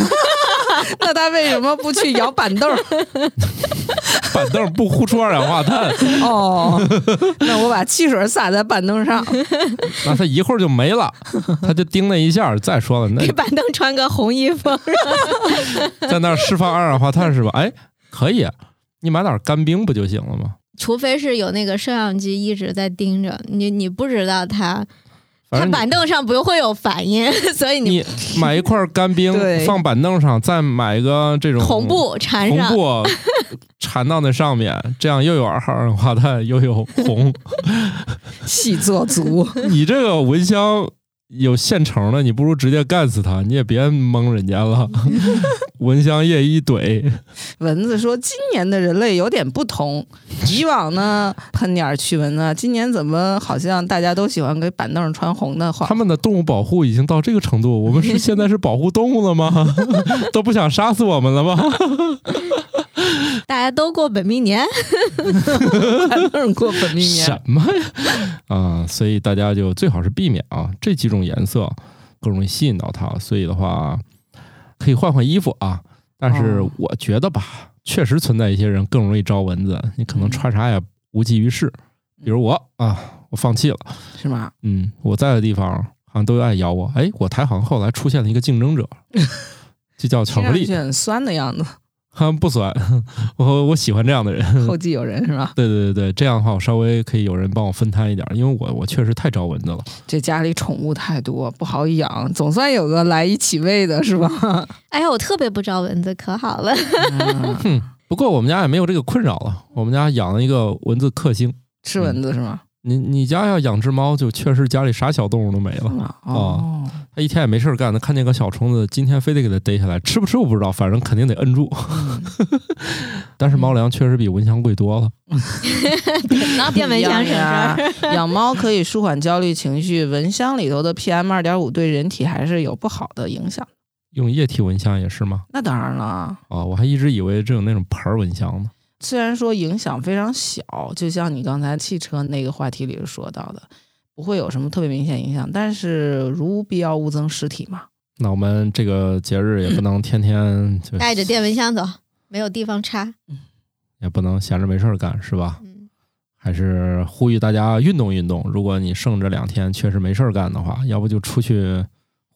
B: 那他为什么不去摇板凳儿？
A: 板凳不呼出二氧化碳，
B: 哦，那我把汽水洒在板凳上，
A: 那它一会儿就没了。它就叮那一下儿，再说了，那
C: 给板凳穿个红衣服，
A: 在那儿释放二氧化碳是吧？哎，可以，你买点干冰不就行了吗？
C: 除非是有那个摄像机一直在盯着你，你不知道它，
A: 反
C: 它
A: 正
C: 板凳上不会有反应， 所以
A: 你
C: 你
A: 你买一块干冰
B: 对
A: 放板凳上，再买一个这种
C: 红布缠
A: 红
C: 上，
A: 布缠到那上面，这样又有二氧化碳又有红。
B: 戏做足。
A: 你这个蚊香有现成的，你不如直接干死它，你也别蒙人家了。 蚊香液一怼，
B: 蚊子说：“今年的人类有点不同，以往呢喷点儿驱蚊呢，今年怎么好像大家都喜欢给板凳上穿红的花
A: 他？们的动物保护已经到这个程度，我们是现在是保护动物了吗？都不想杀死我们了吗？
C: 大家都过本命年，
B: 板凳上过本命 年
A: 什么呀？啊，所以大家就最好是避免啊，这几种颜色更容易吸引到它，所以的话可以换换衣服啊。但是
B: 哦
A: 我觉得吧，确实存在一些人更容易招蚊子，你可能
B: 嗯
A: 穿啥也无济于事。比如我啊，我放弃了。
B: 是吗？
A: 嗯，我在的地方好像都爱咬我。哎，我台好像后来出现了一个竞争者，就叫巧
B: 听
A: 克
B: 上
A: 力
B: 去。很酸的样子，
A: 哈，不酸， 我我喜欢这样的人。
B: 后继有人是吧？
A: 对对对对，这样的话我稍微可以有人帮我分摊一点，因为我我确实太招蚊子了。
B: 这家里宠物太多，不好养，总算有个来一起喂的是 吧？
C: 哎呀，我特别不招蚊子，可好了，
B: 嗯
A: 不过我们家也没有这个困扰了，我们家养了一个蚊子克星，
B: 吃蚊子是吗？
A: 你你家要养只猫，就确实家里啥小动物都没了。
B: 啊哦，
A: 它一天也没事儿干，它看见个小虫子，今天非得给它逮下来，吃不吃我不知道，反正肯定得摁住。
C: 嗯
A: 但是猫粮确实比蚊香贵多了。
B: 那
C: 电蚊香省事儿
B: 事 儿。养猫可以舒缓焦虑情绪，蚊香里头的 PM 二点五对人体还是有不好的影响。
A: 用液体蚊香也是吗？
B: 那当然了，
A: 啊，我还一直以为只有那种盆儿蚊香呢。
B: 虽然说影响非常小，就像你刚才汽车那个话题里说到的，不会有什么特别明显影响，但是如必要勿增实体嘛。
A: 那我们这个节日也不能天天就
C: 带着电蚊香走，没有地方插。
A: 也不能闲着没事儿干，是吧？
C: 嗯，
A: 还是呼吁大家运动运动。如果你剩这两天确实没事儿干的话，要不就出去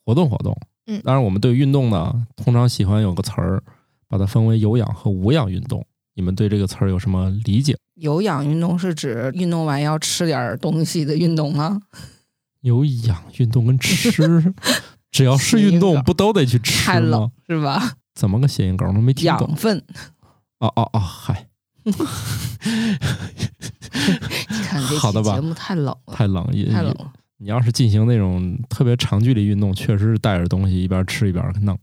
A: 活动活动。
C: 嗯
A: 当然我们对运动呢，通常喜欢有个词儿，把它分为有氧和无氧运动。你们对这个词儿有什么理解？
B: 有氧运动是指运动完要吃点儿东西的运动吗？
A: 有氧运动跟 吃，只要是运
B: 谐音
A: 动，
B: 梗
A: 不都得去吃
B: 太冷
A: 吗？
B: 是吧？
A: 怎么个谐音梗？我都没听懂
B: 养。分，
A: 哦哦哦，嗨，
B: 你看这
A: 好的
B: 期
A: 吧嗯
B: 节目太冷了，
A: 太冷，也
B: 太冷 了。
A: 你要是进行那种特别长距离运动，确实是带着东西一边吃一边 弄。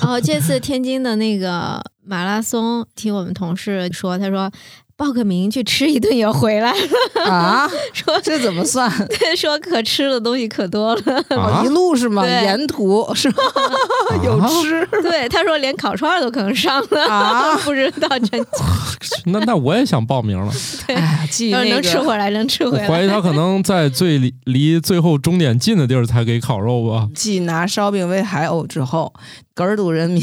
C: 然后这次天津的那个马拉松，听我们同事说，他说报个名去吃一顿也回来，
B: 啊，
C: 说
B: 这怎么算？哦
C: 说可吃的东西可多了。
A: 啊
B: 一路是吗？
C: 对
B: 沿途是吧？
A: 啊
B: 有吃
C: 对，他说连烤串儿都可能上了，
B: 啊？
C: 不知道 真假，
A: 那那我也想报名 了。
B: 哎，记
C: 要是
B: 那
C: 能吃
B: 个
C: 回来能吃
A: 我
C: 回
A: 怀
C: 来。
A: 疑他可能在最离离最后终点近的地儿才给烤肉啊吧，
B: 继拿烧饼喂海鸥之后，格鲁人民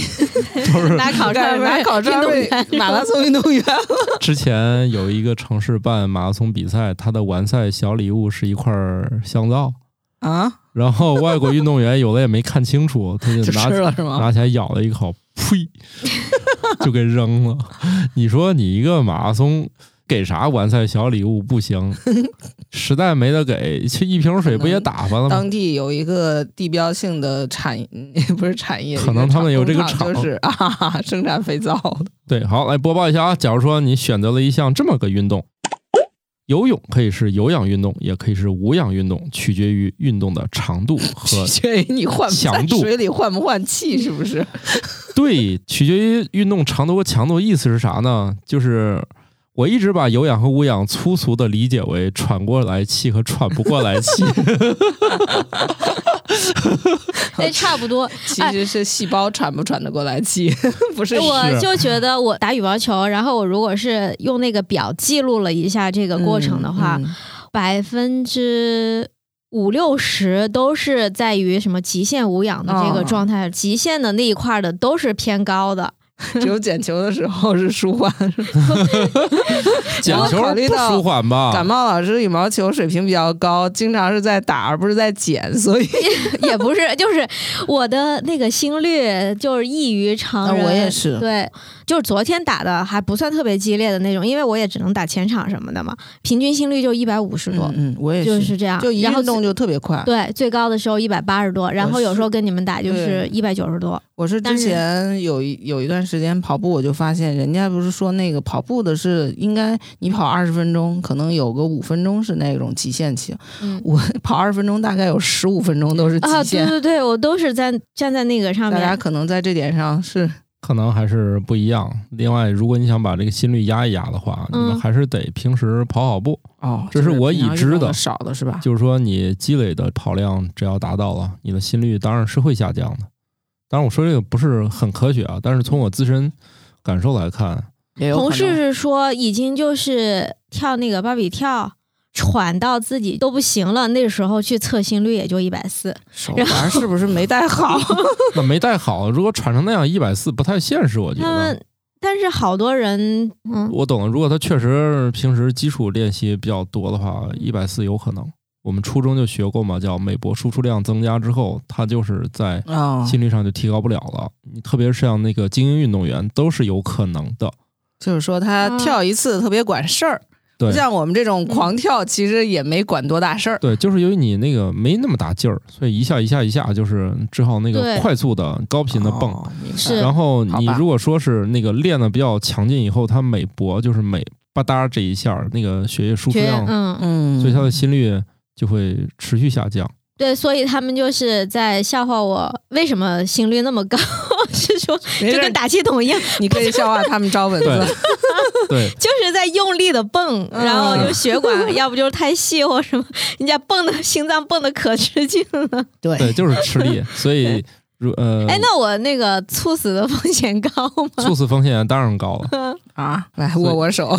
A: 都是
C: 拿烤串
B: 改
C: 儿为
B: 拿烤串
C: 运动
B: 喂
C: 员
B: 马拉松运动员。
A: 之前有一个城市办马拉松比赛，他的完赛小礼物是一块儿香皂，
B: 啊，
A: 然后外国运动员有的也没看清楚，他就
B: 就
A: 拿
B: 吃了是啊吗？
A: 拿起来咬了一口，呸， 就给扔了。你说你一个马拉松给啥完赛小礼物不 行？实在没得给，去一瓶水不也打发了吗？
B: 当地有一个地标性的产，不是产业，
A: 可能他们有这个
B: 一厂
A: 厂
B: 就是啊，生产肥皂的。
A: 对，好，来播报一下啊。假如说你选择了一项这么个运动，游泳可以是有氧运动，也可以是无氧运动，取决于运动的长度和
B: 取决于你换不在
A: 强度
B: 水里换不换气，是不 是？
A: 对，取决于运动长度和强度。意思是啥呢？就是我一直把有氧和无氧粗俗的理解为喘过来气和喘不过来 气。
C: 那哎差不多。啊
B: 其实是细胞喘不喘得过来气， 不是
C: 哎我就觉得我打羽毛球，然后我如果是用那个表记录了一下这个过程的话，
B: 嗯嗯
C: 百分之五六十都是在于什么极限无氧的这个
B: 哦
C: 状态，极限的那一块儿的都是偏高的。
B: 嗯只有捡球的时候是舒缓。
A: 捡球
B: 考虑
A: 不
B: 到
A: 舒缓
B: 感
A: 吧？
B: 冒老师羽毛球水平比较高，经常是在打而不是在捡，所以
C: 也不是，就是我的那个心率就是异于 常人。
B: 啊我也是
C: 对，就是昨天打的还不算特别激烈的那种，因为我也只能打前场什么的嘛，平均心率就一百五十多，
B: 嗯，我也
C: 就是这样。
B: 就一
C: 然后
B: 运动就特别快。
C: 对最高的时候一百八十
B: 哦
C: 多，然后有时候跟你们打就是一百九十多。
B: 我是之
C: 但是
B: 前有一有一段时间跑步，我就发现人家不是说那个跑步的是应该你跑二十分钟，可能有个五分钟是那种极限期。
C: 嗯
B: 我 跑二十分钟，大概有十五分钟都是
C: 啊，
B: 极
C: 对
B: 限。
C: 对对，我都是在站在那个上
B: 大家
C: 面。
B: 可能在这点上是
A: 可能还是不一样。另外，如果你想把这个心率压一压的话，你们
C: 嗯
A: 还是得平时跑跑步。
B: 哦，
A: 这
B: 就是
A: 我已
B: 平常
A: 知
B: 运动
A: 的
B: 少的是 吧？
A: 就是说，你积累的跑量只要达到了，你的心率当然是会下降的。当然，我说这个不是很科学啊，但是从我自身感受来看，
B: 也有可
C: 同
B: 能
C: 事是说已经就是跳那个芭比跳。喘到自己都不行了，那时候去测心率也就一百四，
B: 手环是不是没带 好？
A: 那没带好，如果喘成那样，一百四不太现实，我觉
C: 他
A: 得。
C: 们，但是好多人，嗯，
A: 我懂了，如果他确实平时基础练习比较多的话，一百四有可能。我们初中就学过嘛，叫每搏输出量增加之后，它就是在
B: 啊，
A: 心率上就提高不了了。你特别是像那个精英运动员，都是有可能的。
B: 就是说他
C: 啊
B: 跳一次特别管事儿，
A: 对
B: 不像我们这种狂跳，其实也没管多大事儿。
A: 对，就是由于你那个没那么大劲儿，所以一下一下一下就是只好那个
C: 对
A: 快速的高频的蹦。
B: 哦，明白
C: 是
A: 然后你
B: 好吧
A: 如果说是那个练的比较强劲以后，它每搏就是每吧嗒这一下儿，那个血液输出
C: 觉得
A: 量，
C: 嗯，
B: 嗯，
A: 所以他的心率就会持续下降。
C: 对，所以他们就是在笑话我为什么心率那么高， 是说
B: 没
C: 就
B: 事
C: 跟打气筒一样，
B: 你可以笑话他们招蚊
A: 对
B: 子，
A: 对，
C: 就是在用力的蹦，
B: 嗯
C: 然后就 血管，要不就是太细或什么，人家蹦的心脏蹦的可吃劲
A: 嗯
C: 了。
B: 对
A: 对，就是吃力，所以如呃，
C: 哎，那我那个猝死的风险高吗？
A: 猝死风险当然 高了。
B: 啊，来
A: 以
B: 握握手，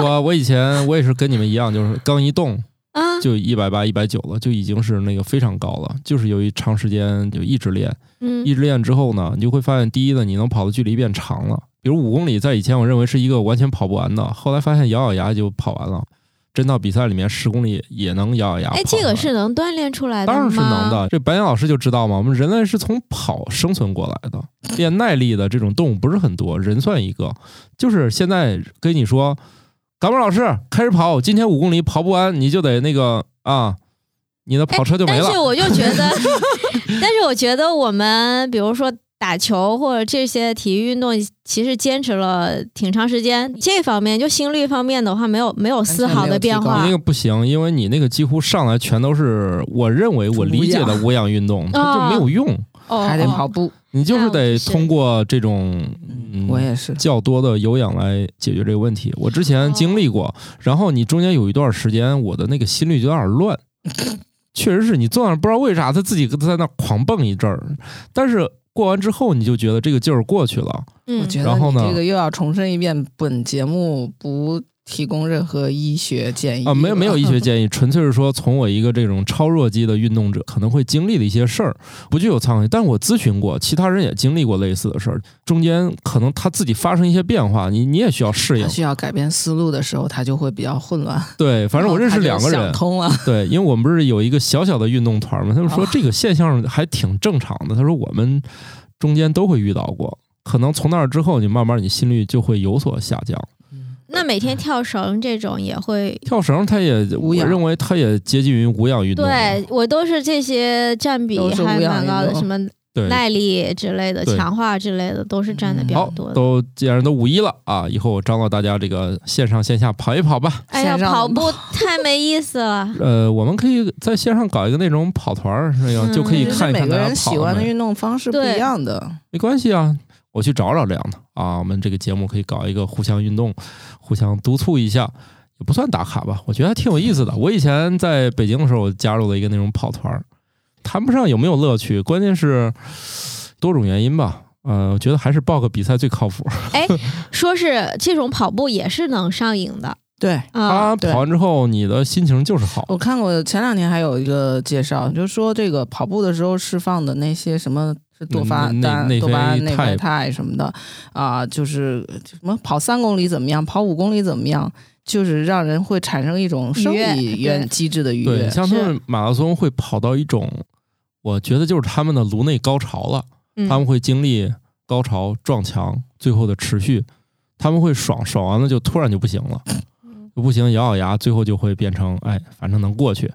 A: 我我以前我也是跟你们一样，就是刚一动
C: 啊，
A: 就一百八、一百九了，就已经是那个非常高了。就是由于长时间就一直练，
C: 嗯
A: 一直练之后呢，你就会发现，第一呢，你能跑的距离变长了。比如五公里，在以前我认为是一个完全跑不完的，后来发现咬咬牙就跑完了。真到比赛里面，十公里也能咬咬牙跑完。
C: 哎，这个是能锻炼出来的吗？
A: 当然是能。的。这白岩老师就知道嘛，我们人类是从跑生存过来的，练耐力的这种动物不是很多，人算一个。就是现在跟你说，感冒老师开始跑，今天五公里跑不完，你就得那个啊，你的跑车就没
C: 哎但
A: 了
C: 是。我就觉 得，但是我觉得我们比如说打球或者这些体育运动，其实坚持了挺长时间，这方面就心率方面的话，没有没有丝毫的变
A: 你
C: 化
A: 啊那个不行，因为你那个几乎上来全都是我认为我理解的无氧运动，它就没有用。
C: 哦，
B: 还得跑
C: 哦。
B: 步。
A: 你就是
C: 那我
A: 得
C: 是
A: 通过这种，嗯，
B: 我也是，
A: 较多的有氧来解决这个问题。我之前经历过，然后你中间有一段时间，我的那个心率就有点 乱，确实是你坐那儿不知道为啥，它自己在那儿狂蹦一阵儿，但是过完之后你就觉得这个劲儿过去了，
C: 嗯
B: 我觉得
A: 然后
B: 你
A: 呢
B: 这个又要重申一遍，本节目不提供任何医学建议
A: 啊，没有
B: 了
A: 没有医学建议， 纯粹是说从我一个这种超弱鸡的运动者可能会经历的一些事儿，不具有参考性。但我咨询过，其他人也经历过类似的事儿，中间可能他自己发生一些变化，你你也需要适应
B: 他。需要改变思路的时候，他就会比较混乱。
A: 对，反正我认识
B: 然
A: 两
B: 后他
A: 个
B: 就
A: 人
B: 想，通了，
A: 对，因为我们不是有一个小小的运动团嘛，他们说
B: 哦
A: 这个现象还挺正常的。他说我们中间都会遇到过，可能从那儿之后，你慢慢你心率就会有所下降。
C: 那每天跳绳这种也会，
A: 跳绳，它也
B: 无
A: 我
B: 氧
A: 认为它也接近于无氧运动了，
C: 对我都是这些占比
B: 都是无
C: 还
B: 氧
C: 蛮
B: 运
C: 高的，
B: 动
C: 什么
A: 对
C: 耐力之类的、
A: 对嗯
C: 强化之类的，都是占的比较
A: 好
C: 多，的。
A: 都既然都五一了啊，以后我张罗大家这个线上线下跑一跑吧。
C: 哎呀，
B: 线上
C: 跑
B: 的
C: 步太没意思了。
A: 呃，我们可以在线上搞一个那种跑团儿，那样
C: 嗯
A: 就 可以
B: 就是
A: 看一
B: 每
A: 看
B: 个
A: 大
B: 人
A: 家跑
B: 喜
A: 了
B: 欢的
A: 没。
B: 运动方式不
C: 对
B: 一样的。
A: 没关系啊，我去找找这样的啊。我们这个节目可以搞一个互相运动，互相督促一下，也不算打卡吧，我觉得还挺有意思的。我以前在北京的时候，我加入了一个那种跑团儿，谈不上有没有乐趣，关键是多种原因吧。呃，我觉得还是报个比赛最靠谱。
C: 说是这种跑步也是能上瘾的
B: 对
C: 啊，
A: 他
B: 对
A: 跑完之后，你的心情就是好。
B: 我看过前两天还有一个介绍，就说这个跑步的时候释放的那些什么。是多发
A: 内
B: 单
A: 内、
B: 多巴胺、
A: 内
B: 内
A: 啡
B: 啡肽什么的，啊、就是什么跑三公里怎么样，跑五公里怎么样，就是让人会产生一种生
C: 愉悦
B: 理
C: 对
B: 原机制的愉
A: 对，
B: 悦。
A: 像他们马拉松会跑到一种，我觉得就是他们的颅内高潮了。
C: 嗯
A: 他们会经历高潮、撞墙，最后的持续，他们会爽，爽完了就突然就不行了，
B: 嗯
A: 就不行，咬咬牙，最后就会变成哎，反正能过去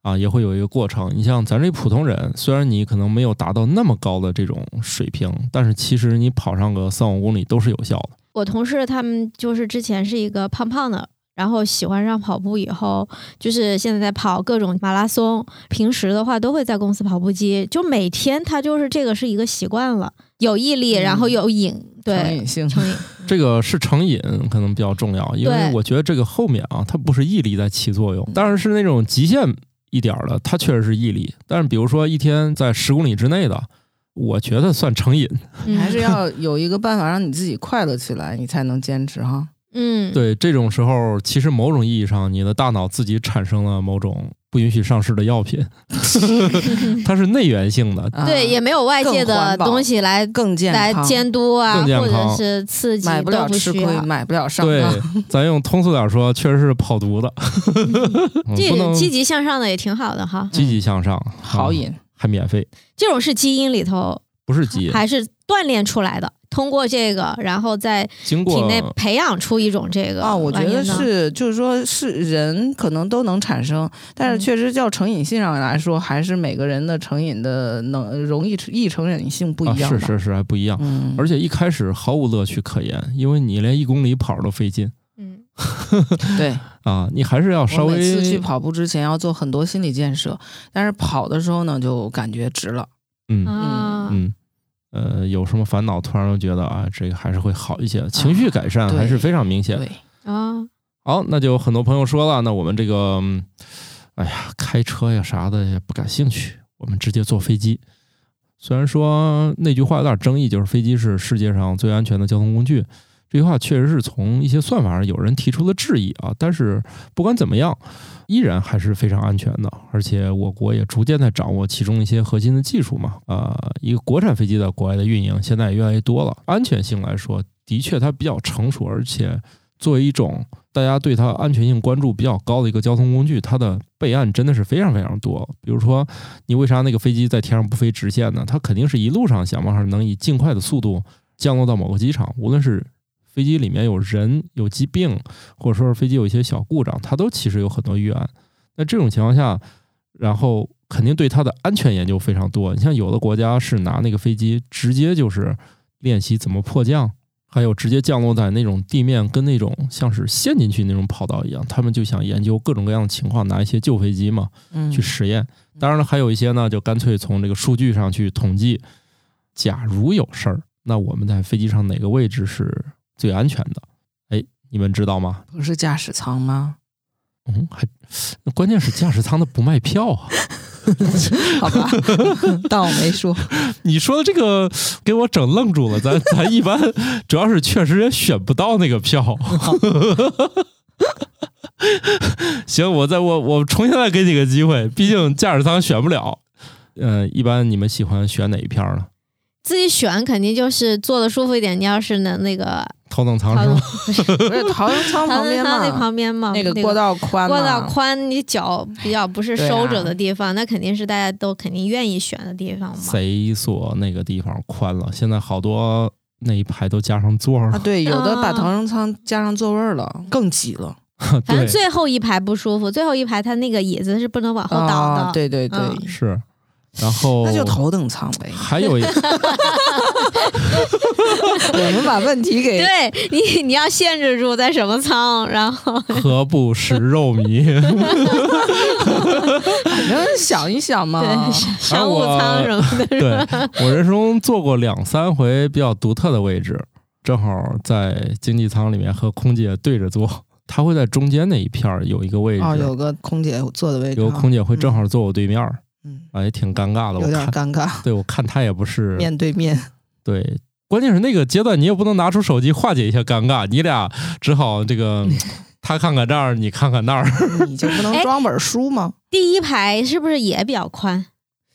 A: 啊，也会有一个过程。你像咱这普通人，虽然你可能没有达到那么高的这种水平，但是其实你跑上个三五公里都是有效的。
C: 我同事他们就是之前是一个胖胖的，然后喜欢上跑步以后，就是现在在跑各种马拉松。平时的话都会在公司跑步机，就每天他就是这个是一个习惯了，有毅力，
B: 嗯
C: 然后有瘾，
B: 成
C: 对，
B: 瘾性，
C: 成瘾。
A: 这个是成瘾可能比较重要，因为
C: 对嗯
A: 我觉得这个后面啊，它不是毅力在起作用，当然是那种极限一点儿的，它确实是毅力。但是比如说一天在十公里之内的，我觉得算成瘾。
C: 嗯
B: 还是要有一个办法让你自己快乐起来，你才能坚持哈。
C: 嗯，
A: 对这种时候，其实某种意义上，你的大脑自己产生了某种不允许上市的药 品，它是内源性的。
B: 啊
C: 对，也没有外界
B: 更
C: 的
B: 环保
C: 东西来
B: 更健
C: 来
B: 康，
C: 监督啊，
A: 更健
C: 或者
A: 康
C: 是刺激，
B: 买不了
C: 都不
B: 吃
C: 需
B: 亏，
C: 要。
B: 买不了上
A: 对
B: 当。，
A: 咱用通俗点儿说，确实是跑毒的。嗯
C: 这
A: 不能
C: 积极嗯向上的也挺好的哈，
A: 积极向上，
B: 好
A: 啊
B: 瘾，
A: 还免费，
C: 这种是基因里头
A: 不是急，
C: 还是锻炼出来的，通过这个，然后在
A: 经过
C: 体内培养出一种这个
B: 啊，我觉
C: 玩意
B: 得
C: 儿呢。
B: 是，就是说是人可能都能产生，但是
C: 嗯
B: 确实叫成瘾性上来说，还是每个人的成瘾的能容易易成瘾性不一样、
A: 啊，是，是是，还不一样。
B: 嗯，
A: 而且一开始毫无乐趣可言，因为你连一公里跑都费劲。
C: 嗯
B: 对，
A: 啊，你还是要 稍
B: 我每次去
A: 微
B: 跑步之前要做很多心理建设，但是跑的时候呢，就感觉值了。
A: 嗯
C: 啊，
A: 嗯呃，有什么烦恼，突然就觉得啊，这个还是会好一些，情绪改善还是
B: 啊对
A: 非常明显。
B: 对，
C: 啊，
A: 好，那就很多朋友说了，那我们这个，嗯哎呀，开车呀啥的也不感兴趣，我们直接坐飞机。虽然说那句话有点争议，就是飞机是世界上最安全的交通工具，这句话确实是从一些算法上有人提出了质疑啊。但是不管怎么样，依然还是非常安全的，而且我国也逐渐在掌握其中一些核心的技术嘛。呃，一个国产飞机在国外的运营现在也越来越多了，安全性来说，的确它比较成熟，而且作为一种大家对它安全性关注比较高的一个交通工具，它的备案真的是非常非常多。比如说，你为啥那个飞机在天上不飞直线呢？它肯定是一路上想办法能以尽快的速度降落到某个机场，无论是飞机里面有人、有疾病，或者说是飞机有一些小故障，它都其实有很多预案。那这种情况下，然后肯定对它的安全研究非常多。你像有的国家是拿那个飞机直接就是练习怎么迫降，还有直接降落在那种地面跟那种像是陷进去那种跑道一样，他们就想研究各种各样的情况，拿一些旧飞机嘛
B: 嗯，
A: 去实验。当然了，还有一些呢，就干脆从这个数据上去统计，假如有事儿，那我们在飞机上哪个位置是最安全的？哎，你们知道吗？
B: 不是驾驶舱吗？
A: 嗯，还关键是驾驶舱的不卖票啊！
B: 好吧， 当我没说。
A: 你说的这个给我整愣住了，咱 咱一般主要是确实也选不到那个票。 行，我再我我重新再给你个机会，毕竟驾驶舱选不了。呃，一般你们喜欢选哪一片儿呢？
C: 自己选肯定就是坐的舒服一点。你要是 能那个，
A: 头等舱
C: 他
A: 啊是吗？
B: 不是逃生舱旁 边
C: 那
B: 嘛，
C: 旁边嘛，
B: 那个过道宽嘛，
C: 过道宽，你脚比较不是
B: 对啊
C: 收着的地方，那肯定是大家都肯定愿意选的地方嘛。
A: 谁说那个地方宽了？现在好多那一排都加上座儿
B: 啊，
A: 了。
B: 对，有的把
C: 啊
B: 逃生舱加上座位儿了，啊更挤了。
C: 反正
A: 对，
C: 最后一排不舒服，最后一排它那个椅子是不能往后倒的。
B: 啊，对对对，
C: 嗯
A: 是。然后
B: 那就头等舱呗。
A: 还 有一
B: 我们把问题给
C: 对你，你要限制住在什么舱，然后
A: 何不食肉糜？
B: 反正想一想嘛。
C: 对商务舱什么的，
A: 对啊我人生中坐过两三回比较独特的位置，正好在经济舱里面和空姐对着坐，她会在中间那一片儿有一个位置，
B: 哦，有个空姐坐的位置，
A: 有空，姐会正好坐我对面儿，
B: 嗯，
A: 啊，也挺尴尬的。
B: 有
A: 我
B: 点
A: 看，
B: 尴尬，
A: 对我看她也不是
B: 面对 面。
A: 对。关键是那个阶段，你也不能拿出手机化解一下尴尬，你俩只好这 个，她看看这儿，你看看那儿。
B: 你嗯就不能
C: 哎
B: 装本书吗？
C: 第一排是不是也比较宽？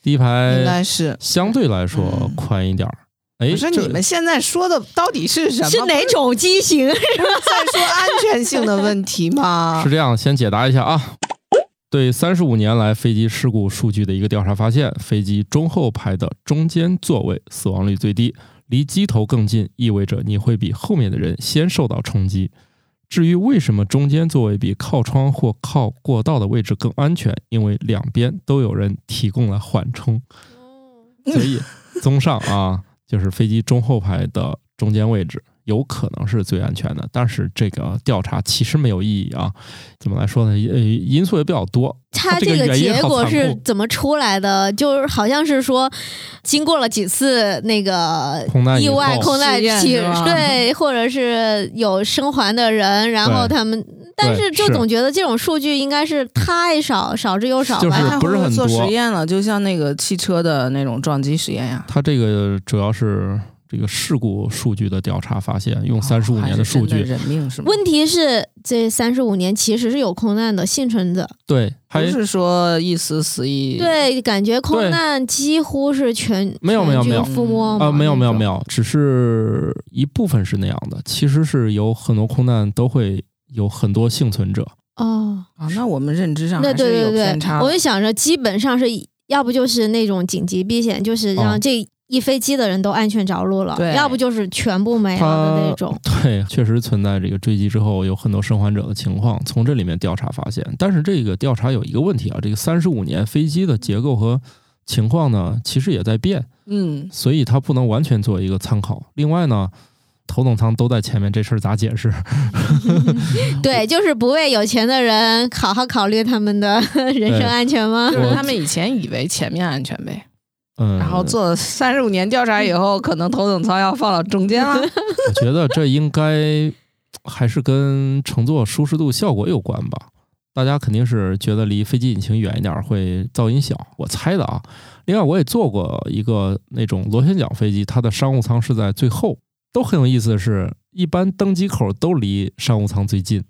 A: 第一
B: 应
A: 排
B: 该是。
A: 相对来说
B: 嗯
A: 宽一点儿。哎，
B: 不是
A: 这
B: 你们现在说的到底是什么？
C: 是哪种机 型？
B: 不是在说安全性的问题吗
A: 是？这样，先解答一下啊。对三十五年来飞机事故数据的一个调查发现，飞机中后排的中间座位死亡率最低，离机头更近，意味着你会比后面的人先受到冲击。至于为什么中间座位比靠窗或靠过道的位置更安全，因为两边都有人提供了缓冲。 所以，综上啊， 就是飞机中后排的中间位置有可能是最安全的，但是这个调查其实没有意义啊。怎么来说呢？呃，因素也比较多。
C: 它
A: 这
C: 这
A: 个
C: 个
A: 原因
C: 结
A: 好
C: 果
A: 残
C: 是
A: 酷
C: 怎么出来的？就是好像是说，经过了几次那个
A: 空难以
C: 意外
A: 后
C: 空难
B: 试验
C: 起
B: 是吧
C: 对，或者是有生还的人，然后
A: 对
C: 他们，但
A: 对
C: 是就是总觉得这种数据应该是太少，少之又少
A: 就是
C: 吧。
B: 看
A: 不是
B: 会
A: 很
B: 做
A: 多
B: 实验了？就像那个汽车的那种撞击实验呀，
A: 它这个主要是这个事故数据的调查发现，用
B: 哦
A: 三十五
B: 还
A: 年
B: 是
A: 的数
B: 真
A: 据，
B: 人命是吗？
C: 问题是这三十五年其实是有空难的幸存者，
A: 对，还
B: 不是说一时死意，，
C: 对，感觉空
A: 对
C: 难几乎是全
A: 没有没有没有
C: 覆
B: 嗯
C: 没
A: 啊，没有没有没
C: 有，
A: 有，只是一部分是那样的，其实是有很多空难都会有很多幸存者。
C: 哦，
B: 啊，那我们认知上
C: 那
B: 还
C: 对
B: 是有
C: 对对
B: 偏差，的。
C: 我就想着基本上是要不就是那种紧急避险，就是
A: 哦
C: 让这一飞机的人都安全着陆了，
B: 对
C: 要不就是全部没了的那种。
A: 对，确实存在这个坠机之后有很多生还者的情况，从这里面调查发现。但是这个调查有一个问题啊，这个三十五年飞机的结构和情况呢，其实也在变，
B: 嗯，
A: 所以它不能完全做一个参考。另外呢，头等舱都在前面，这事儿咋解释？
C: 对，就是不为有钱的人好好考虑他们的 人身安全吗
B: 就？
A: 我
B: 是他们以前以为前面安全呗，
A: 嗯，
B: 然后做了三十五年调查以后，可能头等舱要放到中间 了。
A: 我觉得这应该还是跟乘坐舒适度、效果有关吧。大家肯定是觉得离飞机引擎远一点儿会噪音小，我猜的啊。另外，我也坐过一个那种螺旋桨飞机，它的商务舱是在最后，都很有意思的是，一般登机口都离商务舱最近，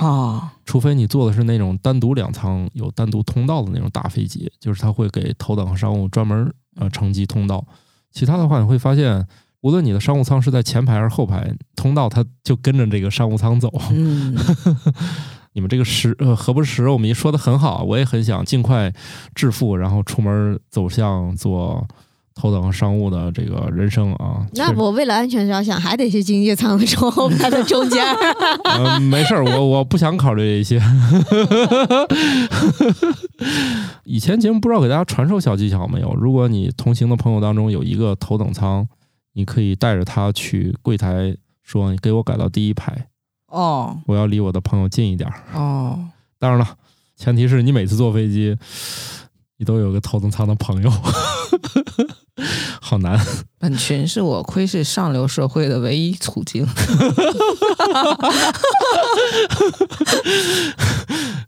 B: 哦，
A: 除非你坐的是那种单独两舱有单独通道的那种大飞机，就是它会给头等和商务专门呃乘机通道。其他的话，你会发现，无论你的商务舱是在前排还是后排，通道它就跟着这个商务舱走。
B: 嗯，
A: 你们这个时呃何不食肉迷说的很好，我也很想尽快致富，然后出门走向做头等和商务的这个人生啊。
C: 那
A: 确实
C: 我为了安全着想，还得去经济舱的中后排的中间。
A: 呃，没事儿，我我不想考虑这些。 以前节目不知道给大家传授小技巧没有？如果你同行的朋友当中有一个头等舱，你可以带着他去柜台说：“你给我改到第一排，
B: 哦
A: 我要离我的朋友近一点。”儿
B: 哦，”
A: 当然了，前提是你每次坐飞机，你都有个头等舱的朋友， 好难。
B: 本群是我窥视上流社会的唯一途径。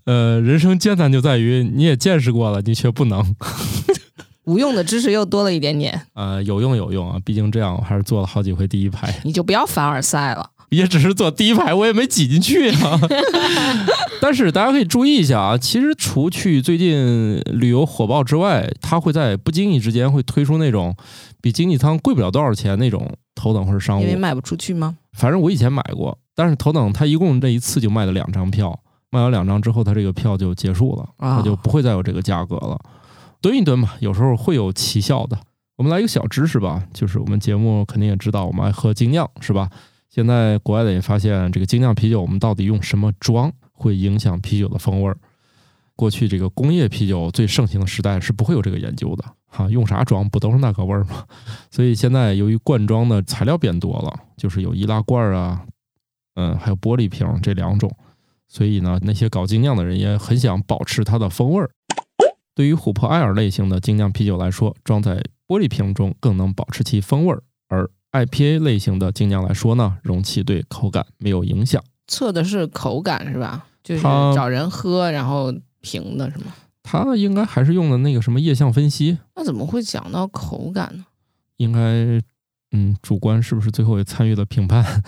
A: 呃，人生艰难就在于你也见识过了，你却不能。
B: 无用的知识又多了一点点，
A: 呃，有用有用啊，毕竟这样我还是坐了好几回第一排，
B: 你就不要凡尔赛了。
A: 也只是坐第一排，我也没挤进去啊。 但是大家可以注意一下啊，其实除去最近旅游火爆之外，它会在不经意之间会推出那种比经济舱贵不了多少钱那种头等或者商务
B: 因为，卖不出去吗？
A: 反正我以前买过，但是头等它一共这一次就卖了两张票，卖完两张之后，它这个票就结束了，
B: 啊
A: 它就不会再有这个价格了。蹲一蹲吧，有时候会有奇效的。我们来一个小知识吧，就是我们节目肯定也知道，我们爱喝精酿是吧？现在国外的也发现，这个精酿啤酒我们到底用什么装，会影响啤酒的风味儿。过去这个工业啤酒最盛行的时代是不会有这个研究的哈、用啥装不都是那个味儿吗？所以现在由于罐装的材料变多了，就是有易拉罐儿啊，嗯，还有玻璃瓶儿这两种，所以呢，那些搞精酿的人也很想保持它的风味儿。对于琥珀艾尔类型的精酿啤酒来说，装在玻璃瓶中更能保持其风味儿；而 IPA 类型的精酿来说呢，容器对口感没有影响。
B: 测的是口感是吧？就是
A: 它
B: 找人喝，然后评的是吗？
A: 它应该还是用的那个什么液相分析，
B: 那怎么会讲到口感呢？
A: 应该嗯，主观是不是最后也参与了评判？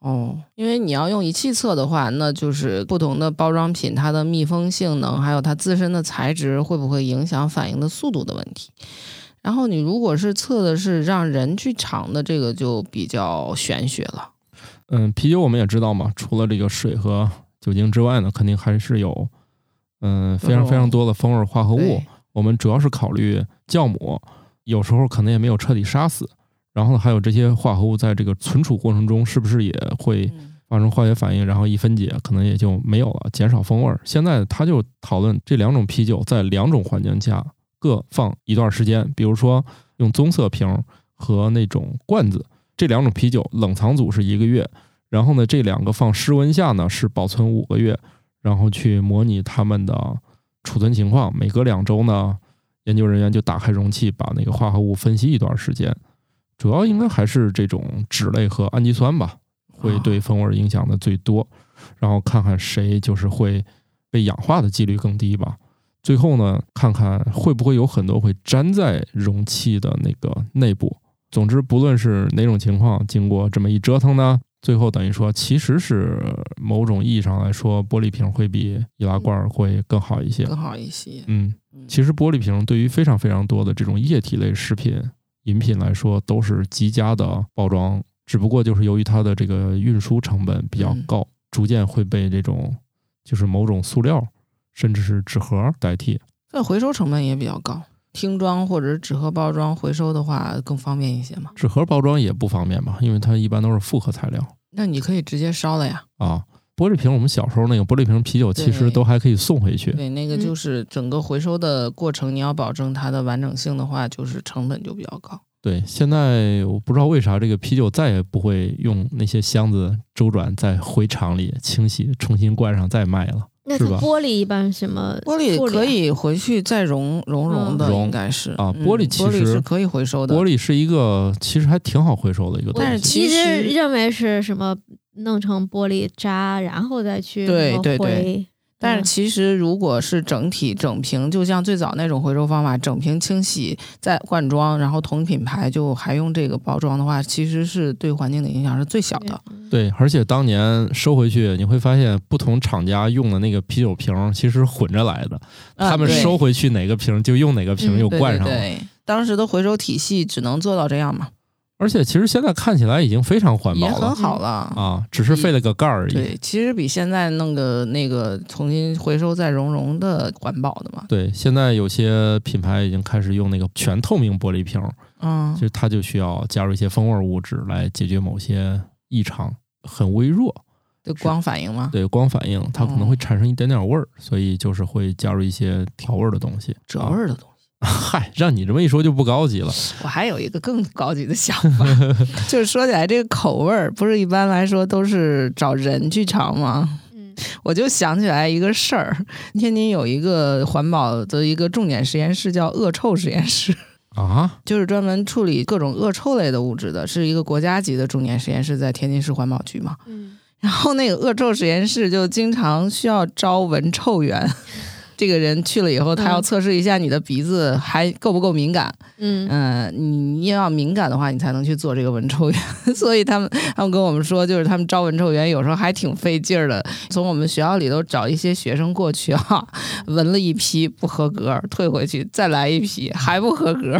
B: 哦，因为你要用仪器测的话，那就是不同的包装品它的密封性能，还有它自身的材质会不会影响反应的速度的问题。然后你如果是测的是让人去尝的，这个就比较玄学了。
A: 嗯，啤酒我们也知道嘛，除了这个水和酒精之外呢，肯定还是有嗯非常非常多的风味化合物
B: 对。
A: 我们主要是考虑酵母，有时候可能也没有彻底杀死。然后呢，还有这些化合物在这个存储过程中，是不是也会
B: 嗯
A: 发生化学反应，然后一分解，可能也就没有了，减少风味儿。现在他就讨论这两种啤酒在两种环境下各放一段时间，比如说用棕色瓶儿和那种罐子，这两种啤酒冷藏组是一个月，然后呢，这两个放室温下呢是保存五个月，然后去模拟它们的储存情况。每隔两周呢，研究人员就打开容器，把那个化合物分析一段时间。主要应该还是这种酯类和氨基酸吧，
B: 啊
A: 会对风味影响的最多。然后看看谁就是会被氧化的几率更低吧。最后呢，看看会不会有很多会粘在容器的那个内部。总之，不论是哪种情况，经过这么一折腾呢，最后等于说，其实是某种意义上来说，玻璃瓶会比易拉罐儿会更好一些。
B: 更好一些。
A: 嗯，其实玻璃瓶对于非常非常多的这种液体类食品、饮品来说，都是极佳的包装，只不过就是由于它的这个运输成本比
B: 嗯
A: 较高，逐渐会被这种就是某种塑料甚至是纸盒代替。
B: 这回收成本也比较高，听装或者是纸盒包装回收的话更方便一些嘛。
A: 纸盒包装也不方便嘛，因为它一般都是复合材料
B: 那你可以直接烧了呀。
A: 啊。玻璃瓶，我们小时候那个玻璃瓶啤酒其实
B: 对
A: 都还可以送回去。
B: 对，那个
C: 嗯
B: 就是整个回收的过程，你要保证它的完整性的话，就是成本就比较高。
A: 对，现在我不知道为啥这个啤酒再也不会用那些箱子周转再回厂里清洗，重新灌上再卖了。
C: 那
A: 是
C: 它
A: 吧
C: 玻璃一般什么？
B: 玻璃
C: 啊
B: 可以回去再熔熔融的，
A: 嗯
B: 应该是
A: 啊
B: 嗯
A: 玻璃其
B: 玻璃
A: 实
B: 是可以回收的。
A: 玻璃是一个其实还挺好回收的一个东
B: 但是
A: 西，
B: 其
C: 一直
B: 实嗯
C: 认为是什么弄成玻璃渣，然后再去
B: 对
C: 什么
B: 对对
C: 回
B: 但是
C: 嗯
B: 其实如果是整体整瓶，就像最早那种回收方法，整瓶清洗再灌装，然后同品牌就还用这个包装的话，其实是对环境的影响是最小的。
A: 对，而且当年收回去，你会发现不同厂家用的那个啤酒瓶儿其实混着来的，
B: 啊
A: 他们
B: 对
A: 收回去哪个瓶儿就用哪个瓶儿
C: 嗯
A: 又
B: 对
A: 灌
B: 对
A: 上了。
B: 对，当时的回收体系只能做到这样嘛，
A: 而且其实现在看起来已经非常环
B: 也
A: 保
B: 很
A: 了
B: 好了。
A: 啊，只是费了个盖儿而已。
B: 对，其实比现在弄个那个重新回收再熔融的环保的嘛。
A: 对，现在有些品牌已经开始用那个全透明玻璃瓶儿，
B: 嗯
A: 其，实它就需要加入一些风味物质来解决某些异常，很微弱，
B: 就光反应嘛，
A: 对光反应它可能
B: 哦
A: 会产生一点点味儿，所以就是会加入一些调味儿的东西。啊
B: 折味儿的东西。
A: 嗨，让你这么一说就不高级了。
B: 我还有一个更高级的想法， 就是说起来这个口味儿，不是一般来说都是找人去尝吗？
C: 嗯
B: 我就想起来一个事儿，天津有一个环保的一个重点实验室叫恶臭实验室，
A: 啊，
B: 就是专门处理各种恶臭类的物质的，是一个国家级的重点实验室，在天津市环保局嘛。
C: 嗯，
B: 然后那个恶臭实验室就经常需要招闻臭员。 这个人去了以后，他要
C: 嗯
B: 测试一下你的鼻子还够不够敏感。
C: 嗯
B: 嗯、你要敏感的话，你才能去做这个闻臭员。 所以他们他们跟我们说，就是他们招闻臭员有时候还挺费劲儿的。从我们学校里头找一些学生过去哈、 闻了一批不合格，退回去再来一批还不合格。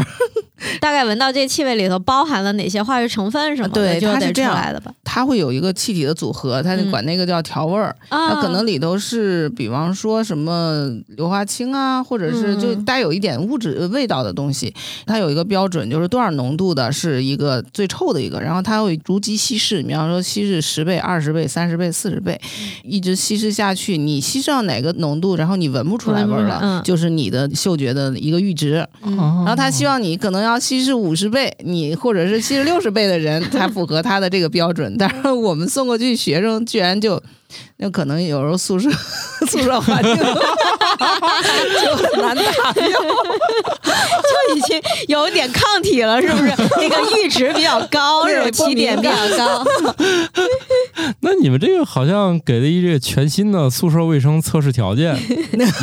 C: 大概闻到这气味里头包含了哪些化学成分什么的，
B: 对
C: 就
B: 它
C: 得
B: 是
C: 出
B: 这样
C: 来了吧？
B: 它会有一个气体的组合，它
C: 嗯
B: 管那个叫调味儿。它
C: 啊，
B: 可能里头是，比方说什么硫化氢啊，或者是就
C: 嗯
B: 带有一点物质呃味道的东西。它有一个标准，就是多少浓度的是一个最臭的一个，然后它会逐级稀释。你比方说稀释十倍、二十倍、三十倍、四十
C: 嗯
B: 倍，一直稀释下去，你稀释到哪个浓度，然后你闻不出来
C: 闻
B: 味
C: 不
B: 儿
C: 出来
B: 了，
C: 嗯
B: 就是你的嗅觉的一个阈值。
C: 嗯
B: 哦然后他希望你可能要稀释五十倍，你或者是稀释六十倍的人才符合他的这个标准。但是我们送过去学生居然就，那可能有时候 宿舍宿舍环 境就很难打标。
C: 就已经有点抗体了，是不 是？那个阈值比较高，
B: 对
C: 是吧？
B: 不
C: 起点
B: 敏
C: 比较
B: 感
C: 高，
A: 那你们这个好像给了一个全新的宿舍卫生测试条 件，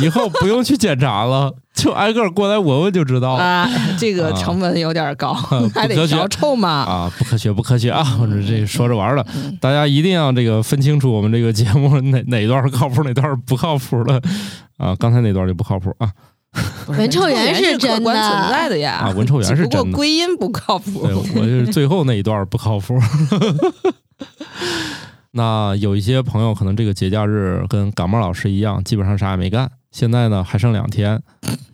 A: 以后不用去检查了，就挨个儿过来闻闻就知道了。
B: 啊，这个成本有点 高，还
A: 不科
B: 得
A: 学
B: 调臭嘛。
A: 啊，不科学，不科学啊！我这这说着玩儿的，
B: 嗯
A: 大家一定要这个分清楚我们这个节目哪哪一段儿靠谱，哪段儿不靠谱的啊。刚才那段儿就不靠谱啊
B: 不是
C: 闻臭源
B: 源
C: 是
B: 是客
C: 真
B: 观
C: 的
B: 存在的呀，
A: 啊，文臭源
B: 只
A: 是
B: 不过
A: 真的，
B: 归因不靠谱
A: 对，。我就是最后那一段儿不靠谱。 那有一些朋友可能这个节假日跟感冒老师一样，基本上啥也没干。现在呢还剩两天，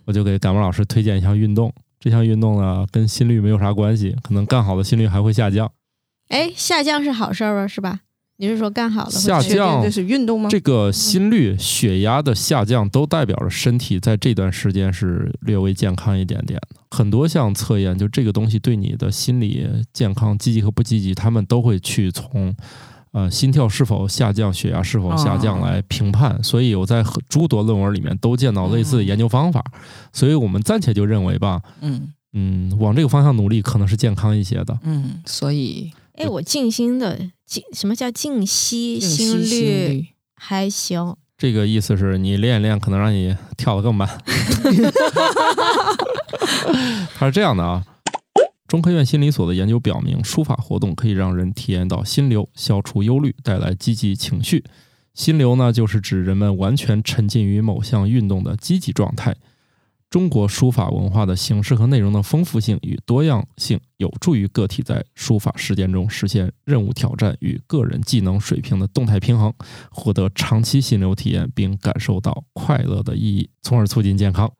A: 我就给感冒老师推荐一项运动。这项运动呢跟心率没有啥关系，可能干好了心率还会下降。
C: 哎，下降是好事儿吧？是吧？你是说干好了会
A: 下
B: 确
C: 降？
A: 降
B: 定这是运动吗？
A: 这个心率、血压的下降都代表着身体在这段时间是略微健康一点点的。很多项测验，就这个东西对你的心理健康积极和不积极，他们都会去从。呃，心跳是否下降，血压是否下降
B: 哦
A: 来评判，所以我在很诸多论文里面都见到类似的研究方法，所以我们暂且就认为吧，
B: 嗯
A: 嗯，往这个方向努力可能是健康一些的。
B: 嗯，所以
C: 哎，我静心的静，什么叫静息？
B: 静息心
C: 率
B: 率
C: 还行。
A: 这个意思是你练一练，可能让你跳得更慢。 它是这样的啊，中科院心理所的研究表明，书法活动可以让人体验到心流，消除忧虑，带来积极情绪。心流呢，就是指人们完全沉浸于某项运动的积极状态。中国书法文化的形式和内容的丰富性与多样性，有助于个体在书法实践中实现任务挑战与个人技能水平的动态平衡，获得长期心流体验，并感受到快乐的意义，从而促进健康。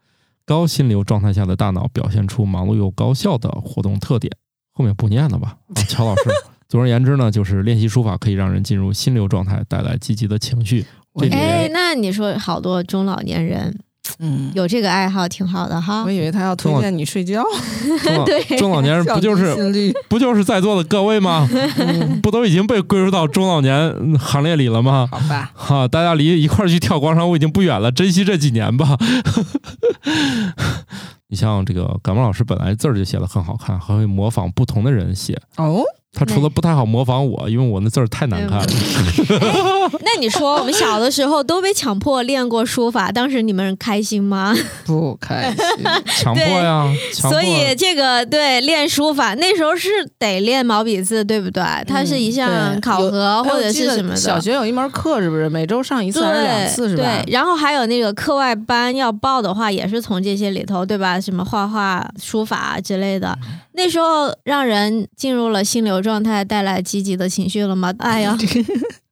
A: 高心流状态下的大脑表现出忙碌又高效的活动特点。后面不念了吧，啊、乔老师。总而言之呢，就是练习书法可以让人进入心流状态，带来积极的情绪。
B: 我
A: 这里
B: 哎
A: 面
C: 哎，那你说好多中老年人
B: 嗯，
C: 有这个爱好挺好的哈
B: 我。以为他要推荐你睡觉，
A: 中老
C: 对
A: 中老年人不就
B: 降低
A: 是
B: 心率
A: 不就是在座的各位吗？
B: 嗯
A: 不都已经被归入到中老年嗯行列里了吗？
B: 好吧，
A: 哈、大家离一块儿去跳广场舞已经不远了，珍惜这几年吧。 你像这个感冒老师，本来字儿就写的很好看，还会模仿不同的人写。
B: 哦，
A: 他除了不太好模仿我，因为我那字儿太难看了。
C: 那你说我们小的时候都被强迫练过书法，当时你们开心吗？
B: 不开心，
A: 强迫呀，强迫。
C: 所以这个对练书法那时候是得练毛笔字，对不对？它是一项
B: 嗯对
C: 考
B: 有
C: 核或者是什么
B: 哎我
C: 的。
B: 记得小学有一门课，是不是每周上一次还是两次，是吧？
C: 对，然后还有那个课外班要报的话，也是从这些里头，对吧？什么画画、书法之类的，
B: 嗯
C: 那时候让人进入了心流状态，带来积极的情绪了吗？哎呀，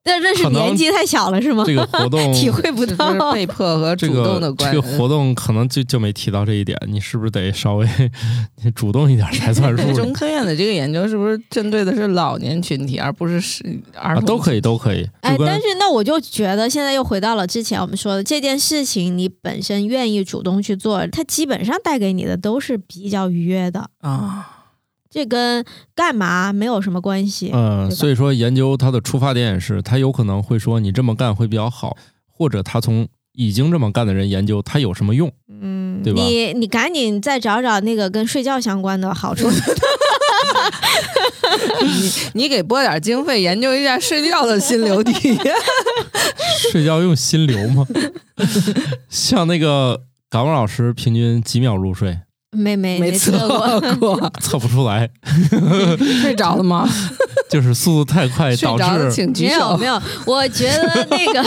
C: 但这是
A: 可能
C: 年纪太小了，是吗？
A: 这个活动
C: 体会不
B: 是不是
C: 到。
B: 被迫和
A: 这
B: 主动的
A: 个
B: 关嗯
A: 这个活动可能就就没提到这一点，你是不是得稍微 你主动一点才算数
B: 对
A: 呢
B: 中？科院的 这个研究是不是针对的是老年群体，而不是是
A: 啊，
B: 儿童？
A: 都可以，都可以。
C: 哎
A: 就，跟
C: 但是那我就觉得现在又回到了之前我们说的这件事情，你本身愿意主动去做，它基本上带给你的都是比较愉悦的，
B: 啊，
C: 这跟干嘛没有什么关系。
A: 嗯，
C: 对吧
A: 所以说研究它的出发点也是，它有可能会说你这么干会比较好，或者他从已经这么干的人研究它有什么用，
C: 嗯，
A: 对吧
C: 你你赶紧再找找那个跟睡觉相关的好处。
B: 你你给拨点经费研究一下睡觉的心流体 验。
A: 睡觉用心流吗？ 像那个感冒老师，平均几秒入睡，
C: 没哎没
B: 没
C: 测
B: 测
C: 过，
B: 过，
A: 测不出来，
B: 睡着了吗？
A: 就是速度太快
B: 睡
A: 哎导
B: 着了
A: 致。
B: 请 举
C: 没有
B: 手
C: 没。有。我觉得那个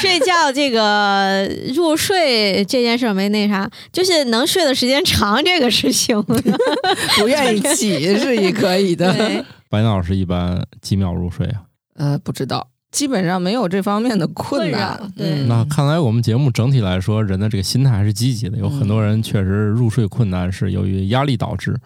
C: 睡觉这个入睡这件事儿没那啥，就是能睡的时间长这个是行的。
B: 不愿意起是也可以的
C: 对。
A: 白老师一般几秒入睡啊？
B: 呃，不知道，基本上没有这方面的困难
C: 困扰。对
B: 嗯
A: 那看来我们节目整体来说，人的这个心态还是积极的。有很多人确实入睡困难是由于压力导致，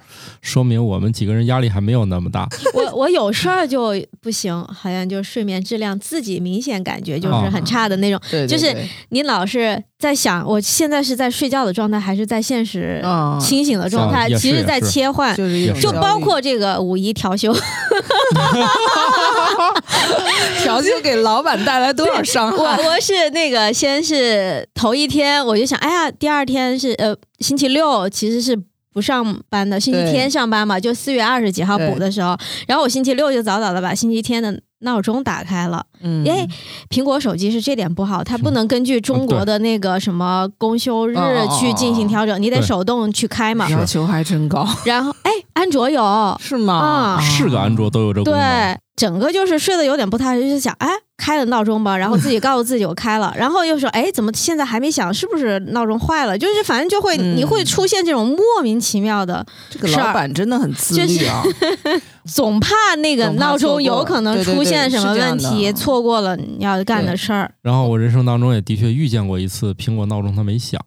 A: 说明我们几个人压力还没有那么大。
C: 我我有事儿就不行，好像就睡眠质量自己明显感觉就是
A: 哦
C: 很差的那种。
B: 对，对
C: 就是
B: 对
C: 你老是在想，我现在是在睡觉的状态，还是在现实
B: 啊，
C: 清醒的状
A: 啊
C: 态？
A: 也是
C: 其实在
A: 也是
C: 切换。
B: 就是一种
C: 就
B: 焦
C: 包
B: 虑
C: 括这个五一调 休，
B: 调休给老板带来多少伤
C: 我
B: 害？
C: 我是那个先是头一天我就想，哎呀，第二天是呃星期六其实是不上班的，星期
B: 对
C: 天上班嘛，就四月二十几号
B: 对
C: 补的时候，然后我星期六就早早的把星期天的闹钟打开了。
B: 嗯
C: 哎，苹果手机是这点不好，它不能根据中
B: 啊
C: 国的那个什么公休日
B: 哦哦哦
C: 去进行调整，你得
A: 对
C: 手动去开嘛。
B: 要求还真高，
C: 然后哎，安卓有，
B: 是吗？
C: 啊
A: 是个安卓都有这功能。
C: 对，整个就是睡得有点不踏实，就是想，哎，开了闹钟吧，
B: 嗯
C: 然后自己告诉自己我开了，然后又说，哎，怎么现在还没响？是不是闹钟坏了？就是反正就会，
B: 嗯
C: 你会出现这种莫名其妙的，
B: 这个老板真的很自律啊，
C: 总怕那个
B: 总怕
C: 闹
B: 错
C: 钟
B: 过
C: 有可能
B: 对对对
C: 出现什么
B: 是这
C: 问
B: 样的啊
C: 题，错过了你要干的事儿。
A: 然后我人生当中也的确遇见过一次苹果闹钟它没响，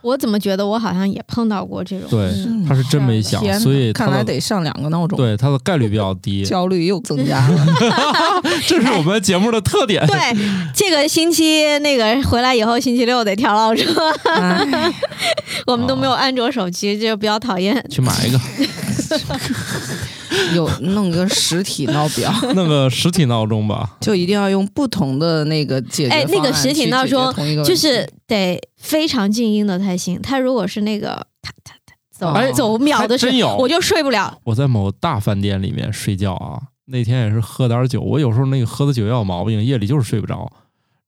C: 我怎么觉得我好像也碰到过这种？
A: 对
C: 嗯
A: 它是真没响
B: 天，哪
A: 所以它
B: 看来
A: 的
B: 得上两个闹钟，
A: 对它的概率比较低，
B: 焦虑又增加了。
A: 这是我们节目的特 点。
C: 对，这个星期那个回来以后，星期六得调闹钟，
B: 哎
C: 我们都没有安卓手机，这就比较讨厌。
A: 去买一个，
B: 有弄个实体闹表，
A: 弄个实体闹钟吧。
B: 就一定要用不同的那个解决方
C: 哎
B: 案
C: 那个实体闹钟
B: 去解决同一个问题
C: 就是得非常静音的才行。它如果是那个它它它走、
A: 哎
C: 走秒的时
A: 还真有
C: 候，我就睡不了。
A: 我在某大饭店里面睡觉啊，那天也是喝点儿酒，我有时候那个喝的酒也有毛病，夜里就是睡不着。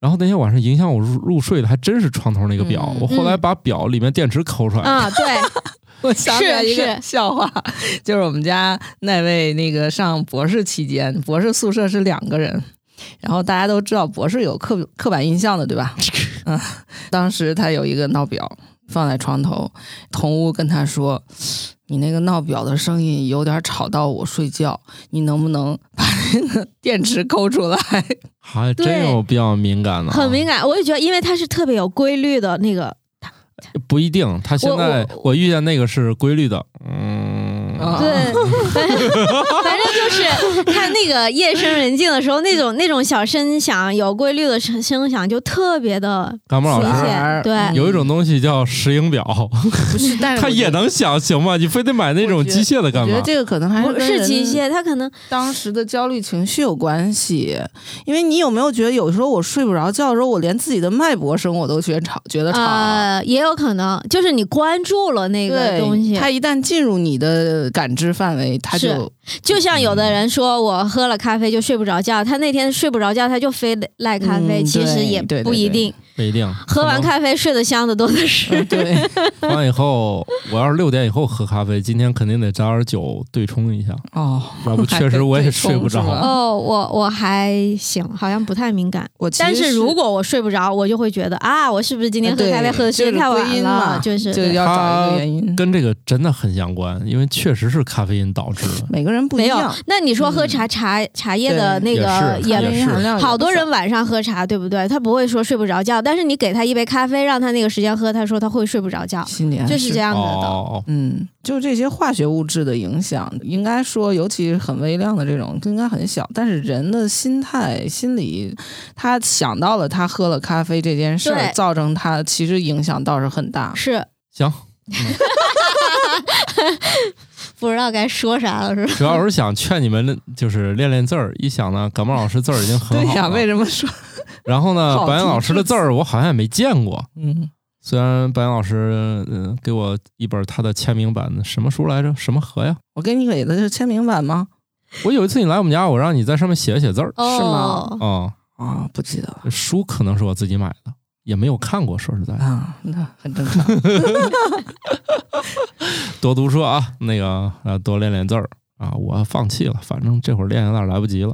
A: 然后那天晚上影响我入入睡的还真是床头那个表，
B: 嗯
A: 我后来把表里面电池抠出来了，
C: 啊、 对，
B: 我想起来一个
C: 是
B: 笑话， 就是我们家那位那个上博士期间，博士宿舍是两个人，然后大家都知道博士有刻刻板印象的，对吧？ 嗯，当时他有一个闹表放在床头，同屋跟他说：“你那个闹表的声音有点吵到我睡觉，你能不能把那个电池抠出来
A: 还真
C: 对
A: 有比较敏感的、啊，
C: 很敏感。我也觉得，因为它是特别有规律的那个，
A: 不一定。他现
C: 我
A: 在
C: 我
A: 我遇见那个是规律的，嗯，
B: 啊
C: 对，反正就就是看那个夜深人静的时候，那种那种小声响、有规律的声声响，就特别的
A: 嘎木老
C: 明
A: 师。
C: 显。
B: 嗯
C: 对，
A: 有一种东西叫石英表，
B: 不是，但是
A: 它
B: 哎我
A: 也
B: 觉得
A: 能响，行吗？你非得买那种机械的干
B: 我觉
A: 嘛
B: 得？这个可能还
C: 不
B: 是
C: 是
B: 跟
C: 机
B: 人
C: 械，它可能
B: 当时的焦虑情绪有关系，因为你有没有觉得有时候我睡不着觉的时候，我连自己的脉搏声我都觉得
C: 啊
B: 吵，觉得吵。
C: 呃也有可能就是你关注了那个
B: 对，
C: 东西，
B: 它一旦进入你的感知范围，它
C: 是
B: 就
C: 就像有的人说我喝了咖啡就睡不着觉，他那天睡不着觉，他就非得赖咖啡，
B: 嗯
C: 其实
B: 对
C: 也
B: 对对
C: 不一
B: 对
C: 定。
A: 不一定。
C: 喝完咖啡睡得香的多的
B: 嗯
C: 是。
B: 对，
A: 喝完以后，我要是六点以后喝咖啡，今天肯定得找点酒对冲一下，
B: 哦，
A: 啊要不确实我也睡不
B: 还 得对冲是
A: 着
B: 吧。
C: 哦，我我还行，好像不太敏感。
B: 我其实
C: 但是如果我睡不着，我就会觉得啊，我是不是今天喝
B: 对
C: 咖啡喝的时间太
B: 就是归
C: 晚
B: 因
C: 了
B: 嘛？
C: 就是
B: 就要找一个原因，
A: 跟这个真的很相关，因为确实是咖啡因导致的。
B: 每个人不一
C: 没有
B: 样，。
C: 那你说喝茶茶茶叶的那
A: 对也
C: 个
A: 是
B: 咖啡
A: 也
B: 因含量也
C: 好
B: 不
C: 多
B: 少
C: 人晚上喝茶，对不对？他不会说睡不着觉，但是你给他一杯咖啡，让他那个时间喝，他说他会睡不着觉，
B: 心里还
C: 就是这样子的。
A: 哦，
B: 嗯，就这些化学物质的影响，应该说，尤其是很微量的这种，应该很小。但是人的心态、心理，他想到了他喝了咖啡这件事
C: 对
B: 儿，造成他其实影响倒是很大。
C: 是
A: 行，
C: 不知道该说啥了，是吧？
A: 主要是想劝你们，就是练练字儿。一想呢，感冒老师字儿已经
B: 对
A: 很好啊
B: 呀、
A: 了
B: 为，什么说？
A: 然后呢，
B: 好
A: 白岩老师的字儿我好像也没见过。
B: 嗯，
A: 虽然白岩老师嗯、给我一本他的签名版的什么书来着，什么河呀？
B: 我给你给的是签名版吗？
A: 我有一次你来我们家，我让你在上面写一写字儿。
B: 是吗
C: 哦，
A: 啊、
B: 啊、不记得了
A: 书可能是我自己买的，也没有看过。说实在的，
B: 啊，那很正常。
A: 多读书啊，那个呃，多练练字儿啊。我放弃了，反正这会儿练有点来不及了。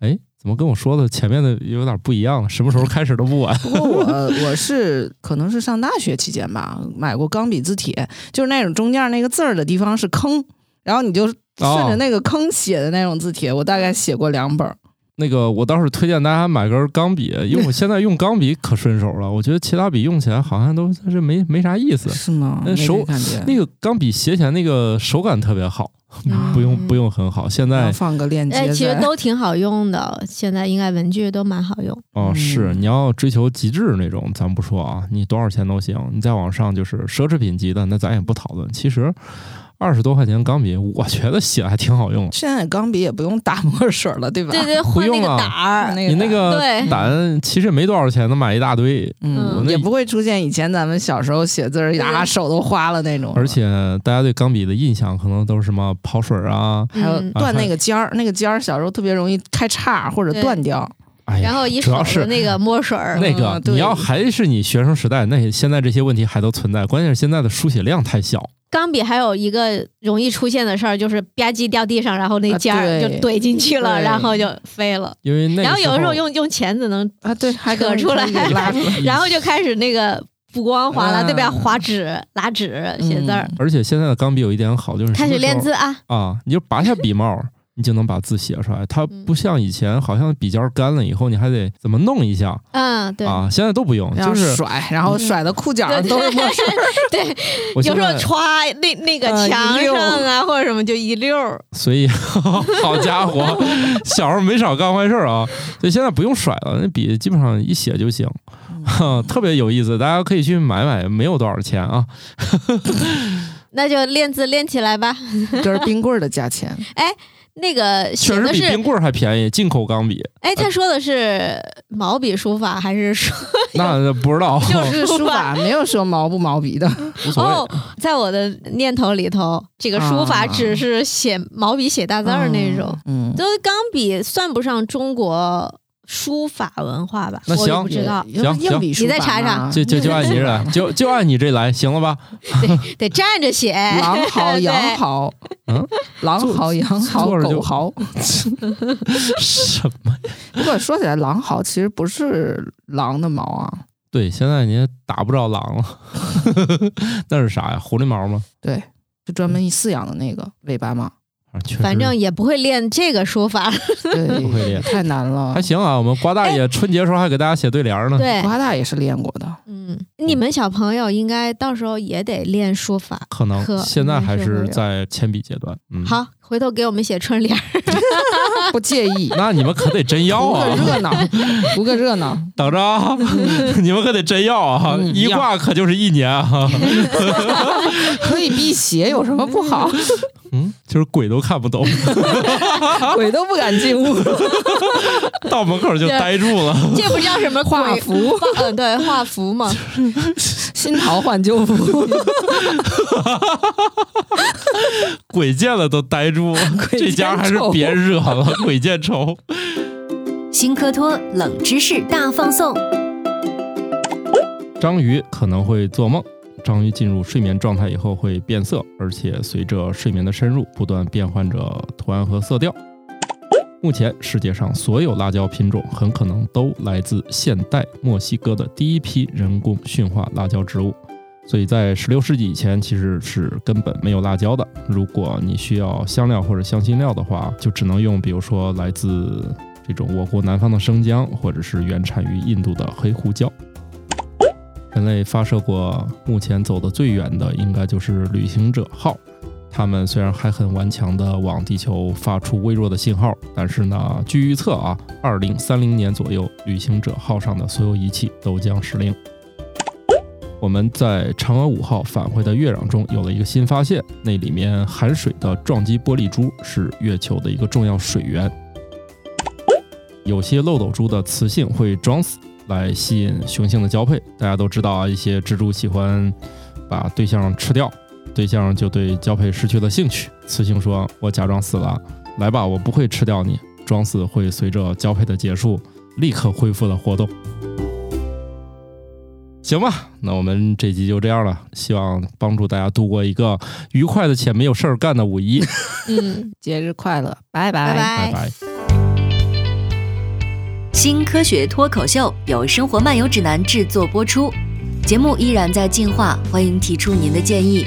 A: 哎，怎么跟我说的前面的有点不一样了？什么时候开始都不晚。
B: 不过我我是可能是上大学期间吧，买过钢笔字帖，就是那种中间那个字儿的地方是坑，然后你
A: 哦
B: 就顺着那个坑写的那种字帖，我大概写过两本儿。
A: 那个，我倒是推荐大家买根钢笔，因为我现在用钢笔可顺手了。我觉得其他笔用起来好像都是没没啥意思。
B: 是吗？
A: 那
B: 没
A: 手
B: 这感觉，
A: 那个钢笔写起来那个手感特别好，
C: 嗯
A: 不用不用很好。现
B: 然后
A: 在
B: 放个链接在，
C: 哎，其实都挺好用的，现在应该文具都蛮好用。
A: 哦，是
B: 嗯
A: 你要追求极致那种，咱不说啊，你多少钱都行。你再往上就是奢侈品级的，那咱也不讨论。其实二十多块钱钢笔，我觉得写的还挺好用。
B: 现在钢笔也不用打墨水 了，对吧？
C: 对对，换那
A: 用啊
C: 个
A: 了
C: 打儿，
B: 那
A: 你那个
C: 对
A: 胆其实也没多少钱，能买一大堆。
C: 嗯
A: 我
B: 嗯，
A: 那
B: 也不会出现以前咱们小时候写字儿呀、
C: 对
B: 手都花了那种，
A: 而且大家对钢笔的印象可能都是什么跑水啊，
B: 还有
C: 嗯
B: 断那个尖儿，那个尖儿小时候特别容易开叉或者
C: 对
B: 断掉。
A: 哎呀，
C: 然后一
A: 主
C: 手
A: 要是
C: 的那个墨水儿，
A: 那个
B: 嗯，对
A: 你要还是你学生时代，那现在这些问题还都存在。关键是现在的书写量太小，
C: 钢笔还有一个容易出现的事儿，就是吧唧掉地上，然后那
B: 啊
C: 尖儿就
B: 对
C: 怼进去了，
B: 对
C: 然后就飞了。
A: 因为那个
C: 然后有的
A: 时
C: 时候用用钳子能，
B: 啊，对，还
C: 扯
B: 可
C: 出来
B: 拉出来。
C: 然后就开始那个补光滑了，
B: 嗯
C: 对边划纸、拉纸、写字儿，
A: 而且现在的钢笔有一点好，就是嗯
C: 开
A: 什
C: 始
A: 么时
C: 练
A: 候
C: 字啊。
A: 啊，你就拔下笔帽，你就能把字写出来。它
C: 嗯
A: 不像以前，好像笔尖儿干了以后，你还得怎么弄一下
C: 嗯，对
A: 啊？现在都不用，
B: 然后
A: 就是嗯
B: 甩，然后甩的裤脚
C: 对
B: 上都是墨水。
C: 对，
A: 我
C: 有
A: 现
C: 时候
A: 在，
C: 歘那那个
B: 嗯一
C: 墙
B: 溜
C: 上啊或者什么就一溜儿。
A: 所以 好家伙，小时候没少干坏事儿啊。所以现在不用甩了，那笔基本上一写就行，
C: 嗯
A: 特别有意思，大家可以去买买，没有多少钱啊。
C: 那就练字练起来吧。
B: 根儿冰棍儿的价 钱，
C: 那个写
A: 确实
C: 的
A: 比
C: 是
A: 冰棍儿还便宜，进口钢笔，
C: 哎，他说的是毛笔书法还是说
A: 那不知道，
B: 就是书法， 没有说毛不毛笔的。
A: 无所谓。嗯
C: 哦，在我的念头里头，这个书法
B: 啊
C: 只是写毛笔写大字儿那
A: 啊
C: 种，
B: 嗯，
C: 都钢笔算不上中国书法文化吧？
A: 那
C: 我也
A: 行
C: 不知道，
B: 也
A: 行
B: 硬笔
C: 行
B: 书
C: 你再
B: 法
C: 查查
B: 嘛
A: 就就就按你这 来，就就按你这来，行了吧？
C: 得站着写。
B: 狼 嚎、
C: 哎对
B: 羊嚎，
A: 嗯，
B: 狼嚎、羊嚎
A: 坐、着就
B: 狗嚎。
A: 什么？
B: 不过说起来，狼嚎其实不是狼的毛啊，
A: 对，现在你也打不着狼了， 那是啥呀？狐狸毛吗？
B: 对，是专门
A: 嗯
B: 饲养的那个尾巴 嘛。
A: 啊确实
C: 反正也不会练这个书法，
A: 不会
B: 对
A: 练，
B: 太难了嗯
A: 还。行啊。我们瓜大爷春节时候还给大家写对联呢。
C: 哎对，
B: 瓜大也是练过的，
C: 嗯，你们小朋友应该到时候也得练书法。
A: 可能
C: 可
A: 现在还
C: 应该是
A: 是
C: 会有
A: 在铅笔阶段。嗯，，
C: 好，回头给我们写春联儿。
B: 不介意，
A: 那你们可得真要
B: 图个
A: 啊，
B: 热闹，图个热闹。
A: 等着啊， 你们可得真要啊，
B: 嗯
A: 一挂可就是一年啊，
B: 可以辟邪，有什么不 好？
A: 嗯，就是鬼都看不 懂，
B: 鬼都不敢进屋。
A: 到门口就
C: 对
A: 呆住了。
C: 这不叫什么
B: 画
C: 鬼
B: 符，
C: 画 嗯，对，画符嘛。
B: 新桃换旧符，
A: 鬼见了都呆住，
B: 鬼
A: 这家
B: 见
A: 还是
B: 愁
A: 别惹了，鬼见愁。
D: 新科托冷知识大放送，
A: 章鱼可能会做梦。章鱼进入睡眠状态以后会变色，而且随着睡眠的深入，不断变换着图案和色调。目前世界上所有辣椒品种很可能都来自现代墨西哥的第一批人工驯化辣椒植物，所以在16世纪以前其实是根本没有辣椒的。如果你需要香料或者香辛料的话，就只能用比如说来自这种我国南方的生姜，或者是原产于印度的黑胡椒。人类发射过目前走得最远的，应该就是旅行者号。他们虽然还很顽强地往地球发出微弱的信号，但是呢，据预测啊，二零三零年左右，旅行者号上的所有仪器都将失灵。我们在嫦娥五号返回的月壤中有了一个新发现，那里面含水的撞击玻璃珠是月球的一个重要水源。有些漏斗珠的磁性会装死，来吸引雄性的交配。大家都知道啊，一些蜘蛛喜欢把对象吃掉，对象就对交配失去了兴趣。雌性说：“我假装死了，来吧，我不会吃掉你。”装死会随着交配的结束立刻恢复了活动。行吧，那我们这集就这样了，希望帮助大家度过一个愉快的且没有事儿干的五一。
C: 嗯，
B: 节日快乐，哎拜
C: 拜
A: 拜
C: 拜。
A: 拜。
D: 新科学脱口秀由生活漫游指南制作播出，节目依然在进化，欢迎提出您的建议，